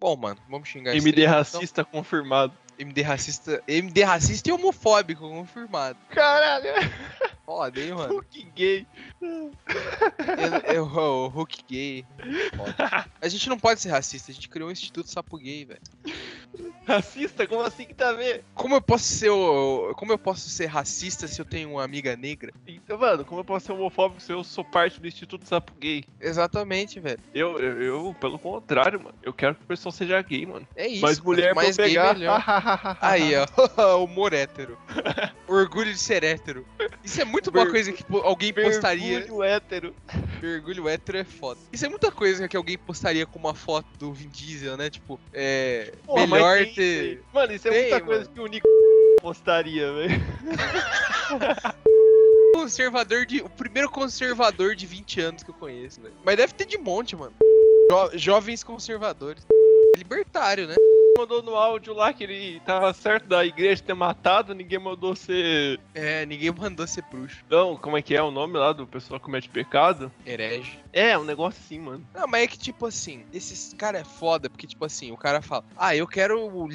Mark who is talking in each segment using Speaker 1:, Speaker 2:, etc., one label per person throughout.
Speaker 1: Bom, mano, vamos xingar esse
Speaker 2: MD
Speaker 1: treco,
Speaker 2: racista confirmado.
Speaker 1: então. MD racista. MD racista e homofóbico, confirmado.
Speaker 2: Caralho,
Speaker 1: Foda, hein, mano?
Speaker 2: Hulk gay.
Speaker 1: Eu, eu, o Hulk gay. Foda. A gente não pode ser racista, a gente criou um instituto sapo gay, velho.
Speaker 2: Racista? Como assim que tá a ver?
Speaker 1: Como eu posso ser o- como eu posso ser racista se eu tenho uma amiga negra?
Speaker 2: Então, mano, como eu posso ser homofóbico se eu sou parte do Instituto Sapo Gay?
Speaker 1: Exatamente, velho.
Speaker 2: Eu, eu, eu, pelo contrário, mano. Eu quero que o pessoal seja gay, mano.
Speaker 1: É isso.
Speaker 2: Mas
Speaker 1: quanto
Speaker 2: mulher pra eu
Speaker 1: mais gay,
Speaker 2: pegar.
Speaker 1: melhor. Aí, ó, humor hétero. Orgulho de ser hétero. Isso é muito uma
Speaker 2: Ver-
Speaker 1: coisa que pô, alguém postaria.
Speaker 2: Mergulho um hétero.
Speaker 1: Orgulho hétero é foda. Isso é muita coisa que alguém postaria com uma foto do Vin Diesel, né? Tipo, é.
Speaker 2: Pô, mas
Speaker 1: melhor
Speaker 2: tem isso
Speaker 1: ter.
Speaker 2: aí. Mano, isso é
Speaker 1: Tem,
Speaker 2: muita
Speaker 1: mano.
Speaker 2: coisa que o Nico postaria, velho.
Speaker 1: Conservador de. O primeiro conservador de 20 anos que eu conheço, velho. Mas deve ter de monte, mano. Jo- jovens conservadores. Libertário, né?
Speaker 2: Mandou no áudio lá que ele tava certo da igreja ter matado, ninguém mandou ser.
Speaker 1: É, ninguém mandou ser bruxo.
Speaker 2: Não, como é que é o nome lá do pessoal que comete pecado?
Speaker 1: Herege.
Speaker 2: É, um negócio assim, mano.
Speaker 1: Não, mas é que, tipo assim, esses cara é foda, porque, tipo assim, o cara fala, ah, eu quero o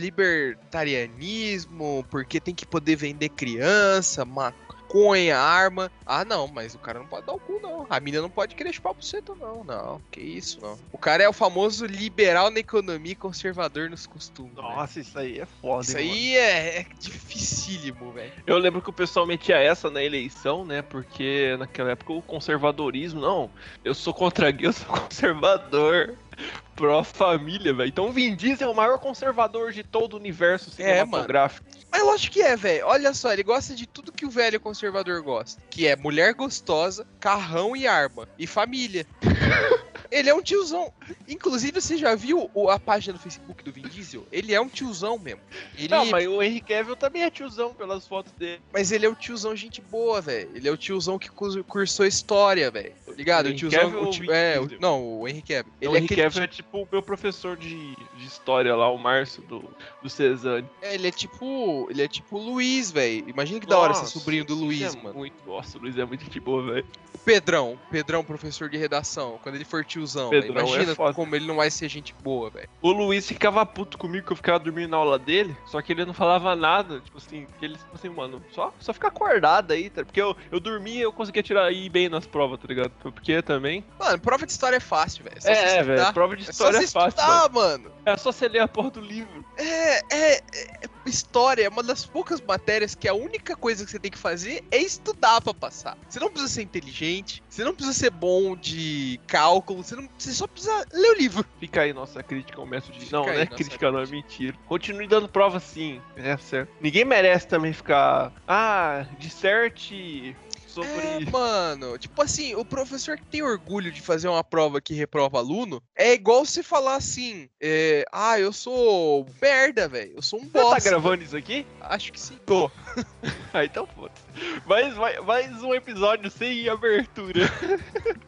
Speaker 1: libertarianismo, porque tem que poder vender criança, maconha, arma. Ah, não, mas o cara não pode dar o cu, não. A mina não pode querer chupar buceta, não. Não, que isso, não. O cara é o famoso liberal na economia e conservador nos costumes. né?
Speaker 2: Nossa, isso aí é foda,
Speaker 1: Isso
Speaker 2: hein, mano.
Speaker 1: aí é, é dificílimo, velho.
Speaker 2: Eu lembro que o pessoal metia essa na eleição, né? Porque naquela época o conservadorismo, não, eu sou contra gay, eu sou conservador. Pró-família, velho. Então o Vin Diesel é o maior conservador de todo o universo
Speaker 1: É,
Speaker 2: cinematográfico.
Speaker 1: Mas lógico que é, velho. Olha só, ele gosta de tudo que o velho conservador gosta. Que é mulher gostosa, carrão e arma. E família. ele é um tiozão. Inclusive, você já viu o- a página do Facebook do Vin Diesel? Ele é um tiozão mesmo. Ele-
Speaker 2: Não,
Speaker 1: mas...
Speaker 2: mas o Henry Cavill também é tiozão pelas fotos dele.
Speaker 1: ele é o tiozão gente boa, velho. Ele é o tiozão que cus- cursou história, velho. Tá Ligado? O
Speaker 2: Henry
Speaker 1: tiozão...
Speaker 2: Cavill
Speaker 1: o
Speaker 2: ou
Speaker 1: ti-
Speaker 2: Vin
Speaker 1: é, o-
Speaker 2: Diesel?
Speaker 1: não, o Henry Cavill. Ele
Speaker 2: o
Speaker 1: é
Speaker 2: Henry
Speaker 1: aquele
Speaker 2: Cavill é tipo o meu professor de, de história lá, o Márcio do, do Cezanne.
Speaker 1: É, ele é tipo. Ele é tipo o Luiz, velho. Imagina que da hora ser
Speaker 2: Nossa,
Speaker 1: sobrinho do Luiz,
Speaker 2: é
Speaker 1: mano.
Speaker 2: Muito, nossa, o Luiz é muito de boa, velho.
Speaker 1: Pedrão, Pedrão, professor de redação, quando ele for tiozão,
Speaker 2: Pedrão
Speaker 1: velho, imagina
Speaker 2: é foda.
Speaker 1: como ele não vai ser gente boa, velho.
Speaker 2: O Luiz ficava puto comigo que eu ficava dormindo na aula dele, só que ele não falava nada. Tipo assim, que ele, tipo assim, mano, só, só fica acordado aí, tá? Porque eu, eu dormia e eu conseguia tirar ir bem nas provas, tá ligado? Foi Porque também.
Speaker 1: Mano, prova de história é fácil, velho. só você
Speaker 2: é, é,
Speaker 1: estudar.
Speaker 2: velho. Prova de
Speaker 1: É só
Speaker 2: história
Speaker 1: você
Speaker 2: é, fácil. mano.
Speaker 1: estudar, mano.
Speaker 2: É só você ler a porra do livro.
Speaker 1: É, é, é- História é uma das poucas matérias que a única coisa que você tem que fazer é estudar pra passar. Você não precisa ser inteligente, você não precisa ser bom de cálculo, você, não, você só precisa ler o livro.
Speaker 2: Fica aí nossa crítica ao método de.
Speaker 1: Fica
Speaker 2: Não,
Speaker 1: aí
Speaker 2: não é
Speaker 1: nossa
Speaker 2: crítica, não, é mentira. Continue dando prova sim. É certo. Ninguém merece também ficar. Ah, disserte sobre.
Speaker 1: É, mano, tipo assim, o professor que tem orgulho de fazer uma prova que reprova aluno é igual você falar assim: é, ah, eu sou merda, velho, eu sou um
Speaker 2: Você tá
Speaker 1: bosta.
Speaker 2: gravando isso aqui?
Speaker 1: Acho que sim.
Speaker 2: Tô. Ah, então foda-se. Mais, mais, mais um episódio sem abertura.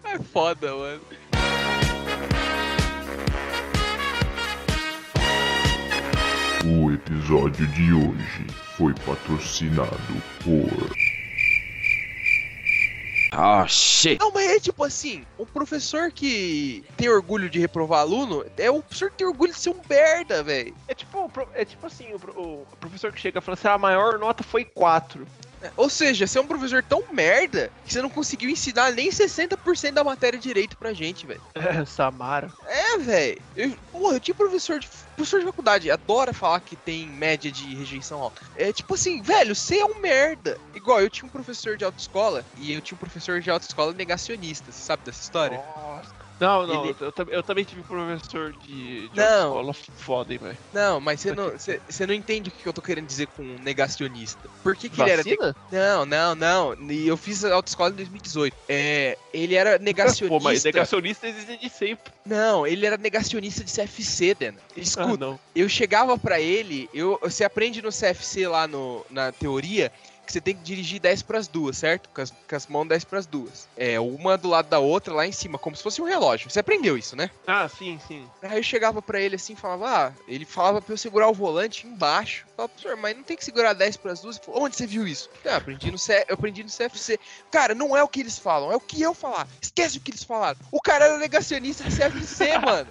Speaker 1: É foda, mano.
Speaker 3: O episódio de hoje foi patrocinado por.
Speaker 4: Oh shit.
Speaker 1: Não, mas é tipo assim: o professor que tem orgulho de reprovar aluno é o professor que tem orgulho de ser um merda, velho.
Speaker 2: É tipo, o pro- é tipo assim, o, pro- o professor que chega e fala assim, "Ah, a maior nota foi 4.
Speaker 1: Ou seja, você é um professor tão merda que você não conseguiu ensinar nem 60% da matéria direito pra gente, velho.
Speaker 2: Samara.
Speaker 1: É, velho. Eu- Porra, eu tinha professor de, professor de faculdade, adora falar que tem média de rejeição alta. É tipo assim, velho, você é um merda. Igual, eu tinha um professor de autoescola e eu tinha um professor de autoescola negacionista, você sabe dessa história?
Speaker 2: Nossa. Não, não,
Speaker 1: Ele-
Speaker 2: eu, eu tam- eu também tive um professor de, de
Speaker 1: Não.
Speaker 2: autoescola foda, hein, velho.
Speaker 1: Não, mas você não, você, você não entende o que eu tô querendo dizer com negacionista. Por que, que ele era.
Speaker 2: Vacina?
Speaker 1: Não, não, não. E eu fiz autoescola em 2018. É, ele era negacionista.
Speaker 2: Pô, mas negacionista existe de sempre.
Speaker 1: Não, ele era negacionista de CFC, Dan. Escuta.
Speaker 2: Ah, não.
Speaker 1: eu chegava pra ele, eu, você aprende no CFC lá no, na teoria que você tem que dirigir 10 pras duas, certo? Com as, com as mãos 10 pras duas. É, uma do lado da outra lá em cima, como se fosse um relógio. Você aprendeu isso, né?
Speaker 2: Ah, sim, sim.
Speaker 1: Aí eu chegava pra ele assim, falava, ah, ele falava pra eu segurar o volante embaixo. Eu Falava, professor, mas não tem que segurar 10 pras duas? Ele falou, onde você viu isso? Ah, aprendi no C, eu aprendi no CFC. Cara, não é o que eles falam, é o que eu falar. Esquece o que eles falaram. O cara era negacionista do CFC, mano.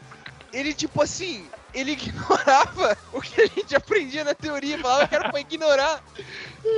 Speaker 1: Ele, tipo assim, ele ignorava o que a gente aprendia na teoria, falava que era pra ignorar,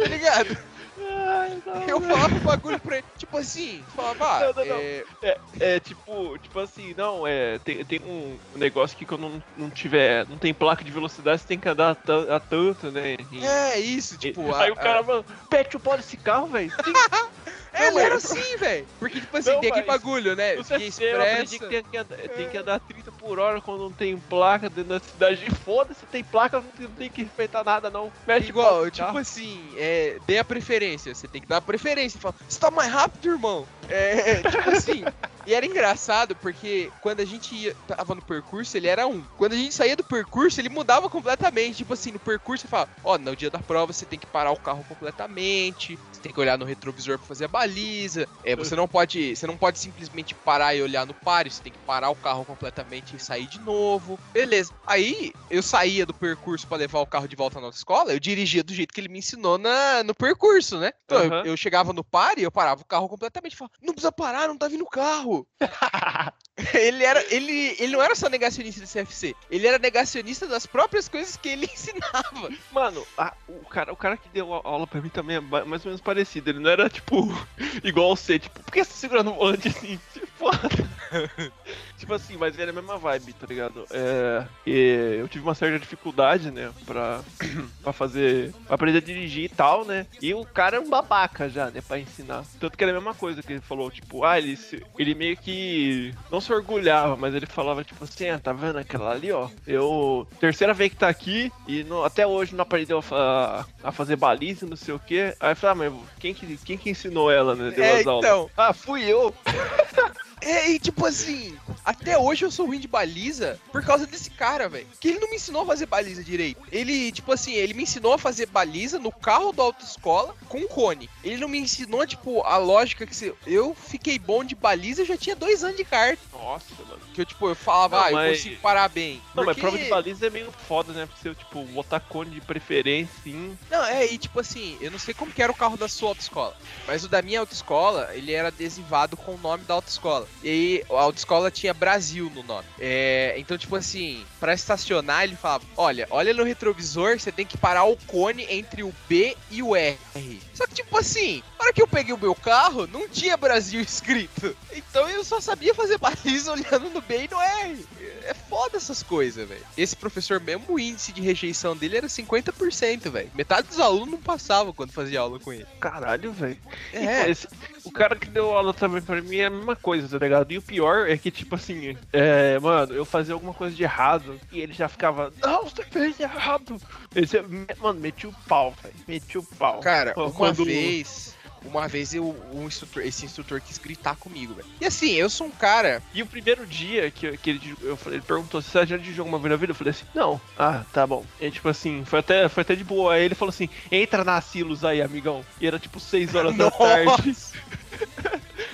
Speaker 1: tá ligado?
Speaker 2: Ai, não,
Speaker 1: Eu
Speaker 2: velho.
Speaker 1: falava o bagulho pra ele, tipo assim, falava, ah,
Speaker 2: Não, não, não.
Speaker 1: é,
Speaker 2: É tipo, tipo assim, não, é. Tem, tem um negócio que quando não, não tiver. Não tem placa de velocidade, você tem que andar a, tan- a tanto, né? E-
Speaker 1: é isso, tipo,
Speaker 2: aí
Speaker 1: a-
Speaker 2: o cara mano, pete o pó desse carro, velho. Sim,
Speaker 1: a- É,
Speaker 2: não,
Speaker 1: mas era
Speaker 2: é-
Speaker 1: assim, velho. Porque, tipo assim,
Speaker 2: Não,
Speaker 1: tem aquele
Speaker 2: mas
Speaker 1: bagulho, né?
Speaker 2: no
Speaker 1: Via
Speaker 2: CFC eu aprendi que
Speaker 1: expressa.
Speaker 2: tem que, andar, tem que andar 30 por hora quando não tem placa dentro da cidade. E foda-se, tem placa, não tem- não tem que respeitar nada, não. Pete o pó
Speaker 1: Igual,
Speaker 2: desse
Speaker 1: tipo
Speaker 2: carro.
Speaker 1: assim, é, dê a preferência. Você tem que dar a preferência. Fala, você tá mais rápido, irmão. É, tipo assim. E era engraçado porque quando a gente ia, tava no percurso, ele era um. Quando a gente saía do percurso, ele mudava completamente. Tipo assim, no percurso, ele fala: Ó, no dia da prova você tem que parar o carro completamente, você tem que olhar no retrovisor pra fazer a baliza. É, você não pode você não pode simplesmente parar e olhar no páreo, você tem que parar o carro completamente e sair de novo. Beleza. Aí eu saía do percurso pra levar o carro de volta na nossa escola, eu dirigia do jeito que ele me ensinou na, no percurso, né? Então eu-
Speaker 2: Aham.
Speaker 1: eu, chegava no páreo, eu parava o carro completamente e falava: Não precisa parar, não tá vindo carro. ele, era, ele, ele não era só negacionista do CFC, ele era negacionista das próprias coisas que ele ensinava.
Speaker 2: Mano, a- o, cara, o cara que deu a aula pra mim também é ba- mais ou menos parecido. Ele não era, tipo, igual você, tipo, por que você tá segurando o volante assim? Tipo, foda. tipo assim, mas era a mesma vibe, tá ligado? É, e eu tive uma certa dificuldade, né, pra, pra fazer, pra aprender a dirigir e tal, né? E o cara é um babaca já, né, pra ensinar. Tanto que era a mesma coisa que ele falou, tipo, ah, ele, se- ele meio que não se orgulhava, mas ele falava, tipo assim, ah, tá vendo aquela ali, ó? Eu, terceira vez que tá aqui e não- até hoje não aprendeu a, fa- a fazer baliza, não sei o quê. Aí eu falei, ah, mas quem que, quem que ensinou ela, né, deu
Speaker 1: É,
Speaker 2: as aulas?
Speaker 1: então.
Speaker 2: Ah, fui eu!
Speaker 1: É, e tipo assim, até hoje eu sou ruim de baliza por causa desse cara, velho. Que ele não me ensinou a fazer baliza direito. Ele, tipo assim, ele me ensinou a fazer baliza no carro da autoescola com cone. Ele não me ensinou, tipo, a lógica que se... eu fiquei bom de baliza, eu já tinha dois anos de kart.
Speaker 2: Nossa, mano.
Speaker 1: Que eu, tipo, eu falava,
Speaker 2: Não,
Speaker 1: ah, eu
Speaker 2: mas-
Speaker 1: consigo parar bem.
Speaker 2: Não, mas
Speaker 1: Porque-
Speaker 2: prova de baliza é meio foda, né? Porque você, tipo, botar cone de preferência, sim.
Speaker 1: Não, é, e tipo assim, eu não sei como que era o carro da sua autoescola, mas o da minha autoescola, ele era adesivado com o nome da autoescola. E aí, a autoescola tinha Brasil no nome. É, então, tipo assim, pra estacionar, ele falava, olha, olha no retrovisor, você tem que parar o cone entre o B e o R. Só que, tipo assim, na hora que eu peguei o meu carro, não tinha Brasil escrito. Então, eu só sabia fazer baliza olhando no B e no R. É foda essas coisas, velho. Esse professor mesmo, o índice de rejeição dele era 50%, velho. Metade dos alunos não passava quando fazia aula com ele.
Speaker 2: Caralho, velho.
Speaker 1: É,
Speaker 2: Esse- o cara que deu aula também pra mim é a mesma coisa, tá ligado? E o pior é que, tipo assim, é, mano, eu fazia alguma coisa de errado e ele já ficava, não, você fez errado. Esse, mano, meti o pau, velho. Meti o pau.
Speaker 1: Então, cara,
Speaker 2: Pô,
Speaker 1: uma
Speaker 2: Então, quando-
Speaker 1: vez... Uma vez eu, um instrutor, esse instrutor quis gritar comigo, velho. E assim, eu sou um cara...
Speaker 2: E o primeiro dia que, eu- que ele, eu falei- ele perguntou se você tá já dirigiu alguma vez na vida, eu falei assim, não. Ah, tá bom. E tipo assim, foi até, foi até de boa. Aí ele falou assim, entra na Silos aí, amigão. E era tipo 6 horas da tarde.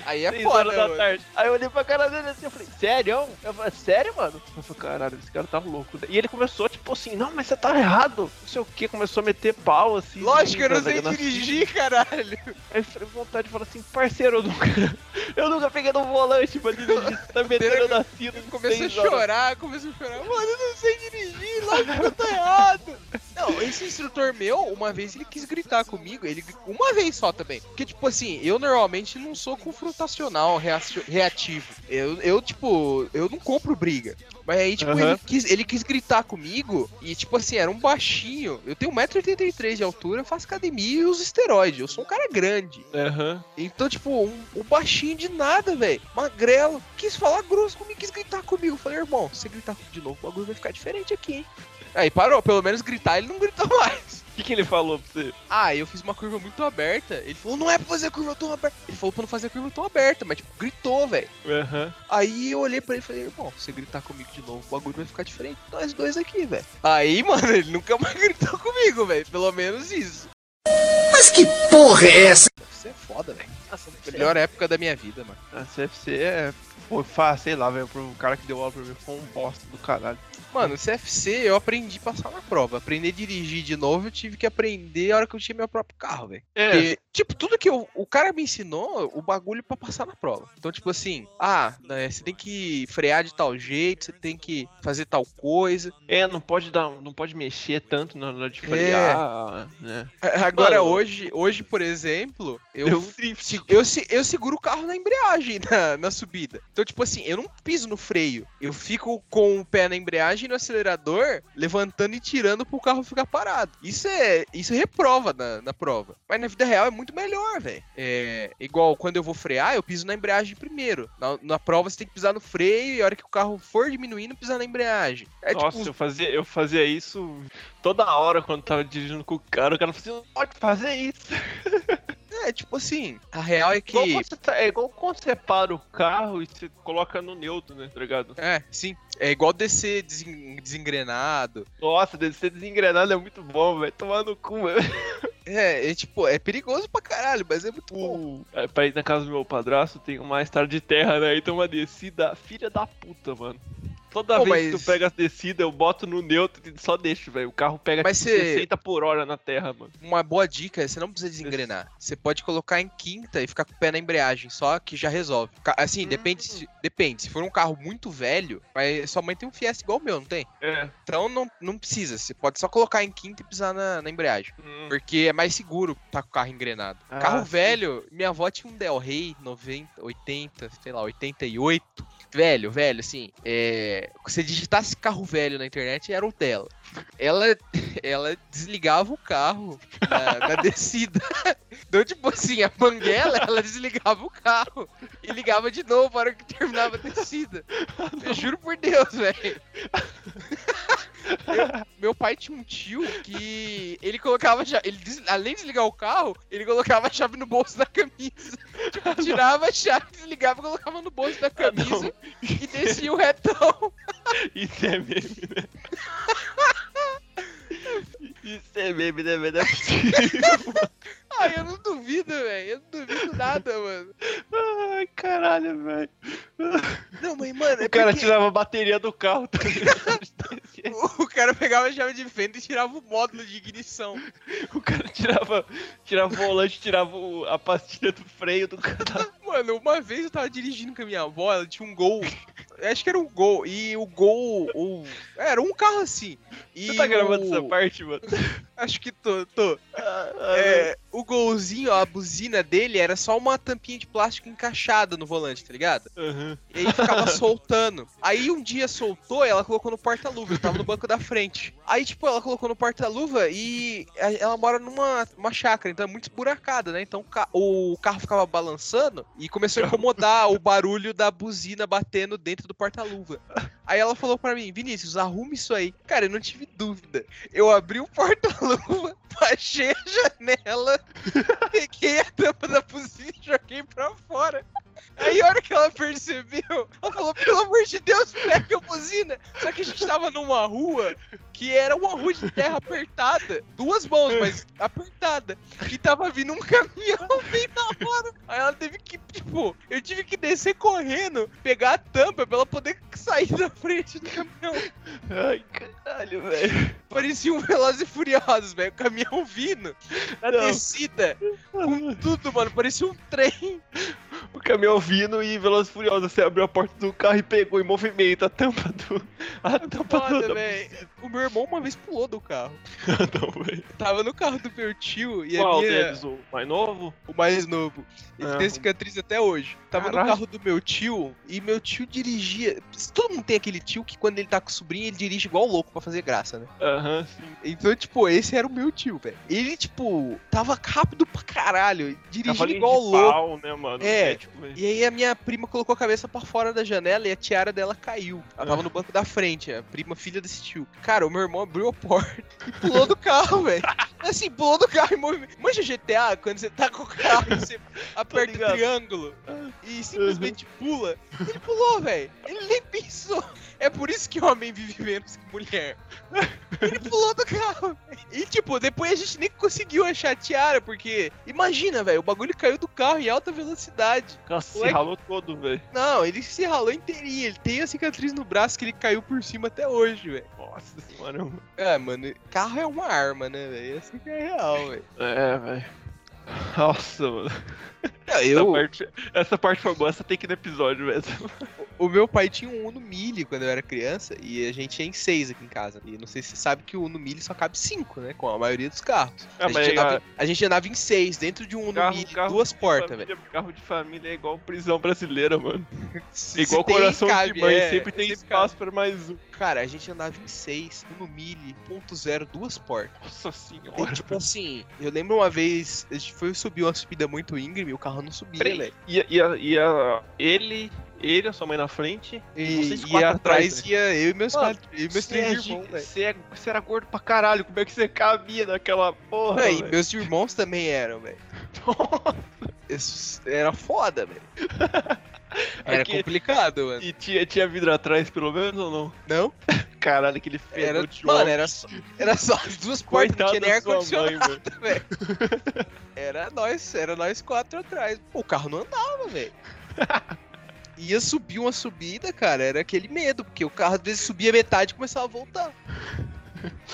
Speaker 1: Aí é
Speaker 2: 6
Speaker 1: foda,
Speaker 2: horas da
Speaker 1: mano.
Speaker 2: tarde. Aí eu olhei pra cara dele assim, eu falei, sério? Eu falei, sério, mano? Eu falei, caralho, esse cara tá louco. E ele começou, tipo assim, não, mas você tá errado. Não sei o que, começou a meter pau, assim.
Speaker 1: Lógico, eu não
Speaker 2: assim,
Speaker 1: sei
Speaker 2: na-
Speaker 1: dirigir, caralho.
Speaker 2: Aí eu falei, vontade de falar assim, parceiro, eu nunca, eu nunca peguei no volante pra dirigir, você tá metendo na fila.
Speaker 1: Começou a
Speaker 2: seis horas."
Speaker 1: chorar, começou a chorar. Mano, eu não sei dirigir, lógico que eu tô errado. Não, esse instrutor meu, uma vez ele quis gritar comigo, ele uma vez só também. Porque, tipo assim, eu normalmente não sou confrontacional, reacio- reativo. Eu, eu, tipo, eu não compro briga. Mas aí, tipo,
Speaker 2: Aham.
Speaker 1: ele, quis, ele quis gritar comigo e, tipo assim, era um baixinho. Eu tenho 1,83m de altura, eu faço academia e uso esteroide. Eu sou um cara grande.
Speaker 2: Aham.
Speaker 1: Então, tipo, um, um baixinho de nada, velho. Magrelo. Quis falar grosso comigo, quis gritar comigo. Eu Falei, irmão, se você gritar de novo, o bagulho vai ficar diferente aqui, hein? Aí parou, pelo menos gritar ele não gritou mais.
Speaker 2: O que, que ele falou pra você?
Speaker 1: Ah, eu fiz uma curva muito aberta. Ele falou, não é pra fazer curva tão aberta. Ele falou pra não fazer curva tão aberta, mas, tipo, gritou, velho.
Speaker 2: Aham.
Speaker 1: Aí eu olhei pra ele e falei, irmão, se você gritar comigo de novo, o bagulho vai ficar diferente. Nós dois aqui, velho. Aí, mano, ele nunca mais gritou comigo, velho. Pelo menos isso.
Speaker 4: Mas que porra é essa?
Speaker 1: Você é foda, velho.
Speaker 2: Nossa, Ah,
Speaker 1: Melhor época da minha vida, mano.
Speaker 2: A CFC é Pô, fa- sei lá, velho, pro cara que deu aula pra mim foi um bosta do caralho.
Speaker 1: Mano, CFC eu aprendi a passar na prova. Aprender a dirigir de novo, eu tive que aprender a hora que eu tinha meu próprio carro, velho.
Speaker 2: É,
Speaker 1: Porque, tipo, tudo que eu- o cara me ensinou, o bagulho pra passar na prova. Então, tipo assim, ah, né, você tem que frear de tal jeito, você tem que fazer tal coisa.
Speaker 2: é, não pode dar, não pode mexer tanto na hora de
Speaker 1: É.
Speaker 2: frear, né?
Speaker 1: Agora,
Speaker 2: Mano.
Speaker 1: hoje, hoje, por exemplo, eu,
Speaker 2: Deu um
Speaker 1: eu, se- eu seguro o carro na embreagem na, na subida. Então, tipo assim, eu não piso no freio. Eu fico com o pé na embreagem e no acelerador, levantando e tirando pro carro ficar parado. Isso é. Isso reprova na, na prova. Mas na vida real é muito melhor, velho. É. Igual quando eu vou frear, eu piso na embreagem primeiro. Na, na prova você tem que pisar no freio e a hora que o carro for diminuindo, pisar na embreagem. É
Speaker 2: Nossa,
Speaker 1: tipo.
Speaker 2: eu, fazia, eu fazia isso toda hora quando tava dirigindo com o cara. O cara falou assim: não pode fazer isso.
Speaker 1: É tipo assim. A real é
Speaker 2: Igual
Speaker 1: que.
Speaker 2: quando você tá- é igual quando você para o carro e você coloca no neutro, né? Tá ligado?
Speaker 1: É, sim. É igual descer desen- desengrenado.
Speaker 2: Nossa, deve ser desengrenado é muito bom, velho. Tomar no cu, velho.
Speaker 1: É, é tipo, é perigoso pra caralho, mas é muito bom.
Speaker 2: É, pra ir na casa do meu padrasto, tem uma estrada de terra, né? Então uma descida, filha da puta, mano. Toda
Speaker 1: Pô,
Speaker 2: vez que
Speaker 1: mas-
Speaker 2: tu pega as descidas, eu boto no neutro e só deixo, velho. O carro pega
Speaker 1: Mas
Speaker 2: tipo,
Speaker 1: cê-
Speaker 2: 60 por hora na terra, mano.
Speaker 1: Uma boa dica é você não precisa desengrenar. Você pode colocar em quinta e ficar com o pé na embreagem, só que já resolve. Ca- Assim,
Speaker 2: Hum.
Speaker 1: depende, se, depende. Se for um carro muito velho, mas sua mãe tem um Fiesta igual o meu, não tem?
Speaker 2: É.
Speaker 1: Então não, não precisa. Você pode só colocar em quinta e pisar na, na embreagem.
Speaker 2: Hum.
Speaker 1: Porque é mais seguro tá com o carro engrenado.
Speaker 2: Ah,
Speaker 1: carro
Speaker 2: sim.
Speaker 1: velho, minha avó tinha um Del Rey 90, 80, sei lá, 88. Velho, velho, assim, é... você digitasse carro velho na internet era o dela. Ela, ela desligava o carro na, na descida. Então, tipo assim, a manguela, ela desligava o carro e ligava de novo para que terminava a descida. Eu juro por Deus, velho. Eu- meu pai tinha um tio que ele colocava, a chave- ele des- além de desligar o carro, ele colocava a chave no bolso da camisa. Tipo, tirava a chave, desligava, colocava no bolso da
Speaker 2: Ah, não.
Speaker 1: camisa e descia o retão.
Speaker 2: Isso é meme, né? Isso é meme, né, velho? Não é possível.
Speaker 1: Ai, eu não duvido, velho. Eu não duvido nada, mano.
Speaker 2: Ai, caralho, velho.
Speaker 1: Não, mas, mano, é
Speaker 2: O cara
Speaker 1: porque
Speaker 2: tirava a bateria do carro, tá ligado?
Speaker 1: o cara pegava a chave de fenda e tirava o módulo de ignição.
Speaker 2: O cara tirava, tirava o volante, tirava o- a pastilha do freio do cara. Tá,
Speaker 1: Mano, uma vez eu tava dirigindo com a minha avó, ela tinha um gol. Eu Acho que era um gol. E o gol. Ou... Era um carro assim. E
Speaker 2: Você tá gravando
Speaker 1: o-
Speaker 2: essa parte, mano?
Speaker 1: Acho que tô, tô.
Speaker 2: Ah, ah,
Speaker 1: É, o golzinho, a buzina dele era só uma tampinha de plástico encaixada no volante, tá ligado?
Speaker 2: aham.
Speaker 1: E aí ficava soltando. Aí um dia soltou e ela colocou no porta-luva, eu tava no banco da frente. Aí, tipo, ela colocou no porta-luva e a- ela mora numa uma chácara, então é muito esburacada, né? Então o ca- o carro ficava balançando e começou a incomodar o barulho da buzina batendo dentro do porta-luva. Aí ela falou pra mim, Vinícius, arruma isso aí. Cara, eu não tive dúvida. Eu abri o porta-luva, baixei a janela, peguei a tampa da buzina e joguei pra fora. Aí a hora que ela percebeu, ela falou, pelo amor de Deus, pega a buzina. Só que a gente tava numa rua que era uma rua de terra apertada. Duas mãos, mas apertada. E tava vindo um caminhão bem na hora. Aí ela teve que, tipo, eu tive que descer correndo, pegar a tampa pra ela poder sair da frente do caminhão.
Speaker 2: Ai, caralho, velho.
Speaker 1: Parecia um Velozes e Furiosos, velho. O caminhão vindo, na
Speaker 2: Não.
Speaker 1: descida, com tudo, mano. Parecia um trem.
Speaker 2: O caminhão vindo e Veloz Furiosa, você abriu a porta do carro e pegou em movimento a tampa do. A tampa
Speaker 1: Foda,
Speaker 2: do.
Speaker 1: velho. O meu irmão uma vez pulou do carro.
Speaker 2: Não, velho.
Speaker 1: Tava no carro do meu tio e
Speaker 2: Qual
Speaker 1: a minha,
Speaker 2: deles? O mais novo?
Speaker 1: o mais novo. Ele
Speaker 2: Ah,
Speaker 1: tem
Speaker 2: o-
Speaker 1: cicatriz até hoje. Tava
Speaker 2: Caralho.
Speaker 1: no carro do meu tio e meu tio dirigia. Todo mundo tem aquele tio que quando ele tá com o sobrinho, ele dirige igual louco pra fazer graça, né?
Speaker 2: Aham.
Speaker 1: Então, tipo, esse era o meu tio, velho. Ele, tipo, tava rápido pra caralho, dirigindo
Speaker 2: Cavalinho
Speaker 1: igual
Speaker 2: de
Speaker 1: louco.
Speaker 2: pau, né, mano?
Speaker 1: É.
Speaker 2: tipo,
Speaker 1: E aí a minha prima colocou a cabeça pra fora da janela e a tiara dela caiu. Ela tava no banco da frente, a prima filha desse tio. Cara, o meu irmão abriu a porta e pulou do carro, velho. Assim, pulou do carro em movimento. Manja GTA, quando você tá com o carro, você aperta o
Speaker 2: ligado.
Speaker 1: triângulo e simplesmente pula. Ele pulou, velho. Ele nem pensou. É por isso que homem vive menos que mulher. Ele pulou do carro. E, tipo, depois a gente nem conseguiu achar a tiara, porque. Imagina, velho, o bagulho caiu do carro em alta velocidade.
Speaker 2: Nossa, se
Speaker 1: Moleque-
Speaker 2: ralou todo, velho.
Speaker 1: Não, ele se ralou inteirinho. Ele tem a cicatriz no braço que ele caiu por cima até hoje, velho.
Speaker 2: Nossa senhora. mano.
Speaker 1: Ah, mano, carro é uma arma, né, velho? Essa que é real, velho.
Speaker 2: É, velho. Nossa, mano. Essa,
Speaker 1: Eu,
Speaker 2: parte, essa parte foi boa, essa tem que ir no episódio mesmo.
Speaker 1: o meu pai tinha um Uno Mille quando eu era criança e a gente tinha em seis aqui em casa. E não sei se você sabe que o Uno Mille só cabe cinco, né? Com a maioria dos carros.
Speaker 2: Ah,
Speaker 1: a, gente
Speaker 2: mas
Speaker 1: andava, a gente andava em seis, dentro de um Uno
Speaker 2: Carro-
Speaker 1: Mille,
Speaker 2: carro
Speaker 1: duas portas, velho.
Speaker 2: Família- Carro de família é igual prisão brasileira, mano.
Speaker 1: Se-
Speaker 2: Igual
Speaker 1: se tem,
Speaker 2: coração
Speaker 1: cabe,
Speaker 2: de mãe,
Speaker 1: é,
Speaker 2: sempre tem
Speaker 1: cabe.
Speaker 2: espaço pra mais um.
Speaker 1: Cara, a gente andava em seis, Uno Mille, ponto zero, duas portas.
Speaker 2: Nossa
Speaker 1: Tem,
Speaker 2: senhora.
Speaker 1: tipo assim, eu lembro uma vez, a gente foi subir uma subida muito íngreme e o carro não subia,
Speaker 2: Peraí,
Speaker 1: velho.
Speaker 2: E, e, a- e a- ele, ele, a sua mãe na frente.
Speaker 1: E,
Speaker 2: vocês
Speaker 1: e
Speaker 2: quatro
Speaker 1: atrás
Speaker 2: atrás, né?
Speaker 1: ia eu e meus,
Speaker 2: Mano,
Speaker 1: quatro, eu e meus três irmãos, velho.
Speaker 2: Você é- você era gordo pra caralho, como é que você cabia naquela porra?
Speaker 1: Não, e
Speaker 2: velho?
Speaker 1: meus irmãos também eram, velho. Esses- Era foda, velho. Era
Speaker 2: Aqui-
Speaker 1: complicado, mano.
Speaker 2: E tinha, tinha vidro atrás, pelo menos, ou não?
Speaker 1: Não?
Speaker 2: Caralho, aquele
Speaker 1: Era,
Speaker 2: fedor de
Speaker 1: mano,
Speaker 2: homem.
Speaker 1: era só, era só as duas portas, não
Speaker 2: Coitado
Speaker 1: tinha nem
Speaker 2: da sua
Speaker 1: ar-condicionado.
Speaker 2: mãe, velho.
Speaker 1: Era nós, era nós quatro atrás. Pô, o carro não andava, velho. Ia subir uma subida, cara, era aquele medo, porque o carro às vezes subia metade e começava a voltar.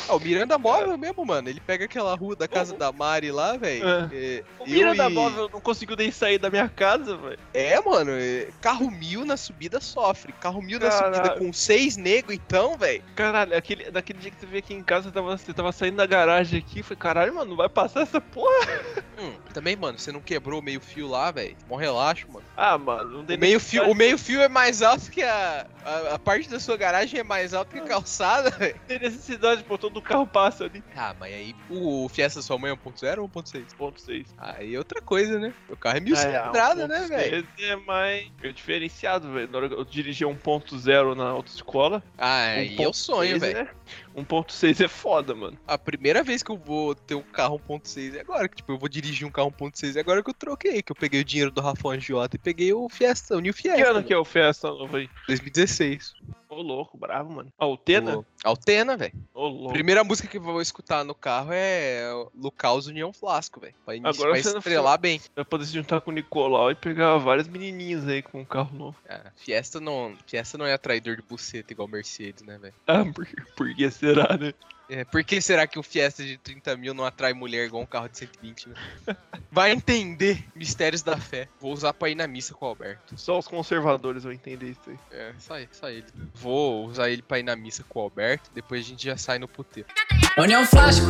Speaker 1: Ah, o Miranda Móvel mesmo, mano. Ele pega aquela rua da casa
Speaker 2: O-
Speaker 1: da Mari lá, velho. É.
Speaker 2: O
Speaker 1: eu
Speaker 2: Miranda
Speaker 1: e-
Speaker 2: Móvel não conseguiu nem sair da minha casa, velho.
Speaker 1: É, mano, é, carro mil na subida sofre. Carro mil na subida
Speaker 2: Caralho.
Speaker 1: com seis nego, então, velho.
Speaker 2: Caralho, aquele, daquele dia que você veio aqui em casa, você tava, você tava saindo da garagem aqui. eu Falei, caralho, mano, não vai passar essa porra?
Speaker 1: Hum, também, mano, você não quebrou o meio fio lá, velho. Mó relaxo, mano.
Speaker 2: Ah, mano, não
Speaker 1: O
Speaker 2: tem
Speaker 1: meio,
Speaker 2: nem-
Speaker 1: fio, o meio fio é mais alto que a, a. a parte da sua garagem é mais alta que a calçada, velho.
Speaker 2: Não tem necessidade, pô, todo carro passa ali.
Speaker 1: Ah, mas aí o Fiesta sua mãe é 1.0 ou 1.6?
Speaker 2: Ponto 6.
Speaker 1: Aí é outra coisa, né? O carro é mil
Speaker 2: um
Speaker 1: cilindrada, né, velho?
Speaker 2: É mais é diferenciado, velho. Na hora que eu dirigia 1.0 na autoescola.
Speaker 1: Ah, aí é o sonho,
Speaker 2: 1.6,
Speaker 1: velho.
Speaker 2: né? 1.6 é foda, mano.
Speaker 1: A primeira vez que eu vou ter um carro 1.6 é agora. Que, tipo, eu vou dirigir um carro 1.6 é agora que eu troquei. Que eu peguei o dinheiro do Rafão Agiota e peguei o Fiesta, o New né? Fiesta.
Speaker 2: Que ano
Speaker 1: velho.
Speaker 2: que é o Fiesta novo aí?
Speaker 1: 2016.
Speaker 2: Ô, louco, bravo, mano. Ó, o Tena? Ô,
Speaker 1: O- Altena, velho.
Speaker 2: louco.
Speaker 1: Primeira música que eu vou escutar no carro é Lucas União Flasco, velho. Pra, inici-
Speaker 2: Agora
Speaker 1: pra
Speaker 2: você não
Speaker 1: estrelar bem.
Speaker 2: Vai poder se juntar com o Nicolau e pegar várias menininhas aí com um carro novo.
Speaker 1: Ah, Fiesta não, Fiesta não é atraidor de buceta igual Mercedes, né, velho?
Speaker 2: Ah, por, por que será, né?
Speaker 1: É, por que será que um Fiesta de 30 mil não atrai mulher igual um carro de 120, né? Vai entender mistérios da fé. Vou usar pra ir na missa com o Alberto.
Speaker 2: Só os conservadores vão entender isso aí.
Speaker 1: É, só, ele- só ele. Vou usar ele pra ir na missa com o Alberto, depois a gente já sai no puteiro.
Speaker 4: União Flasco,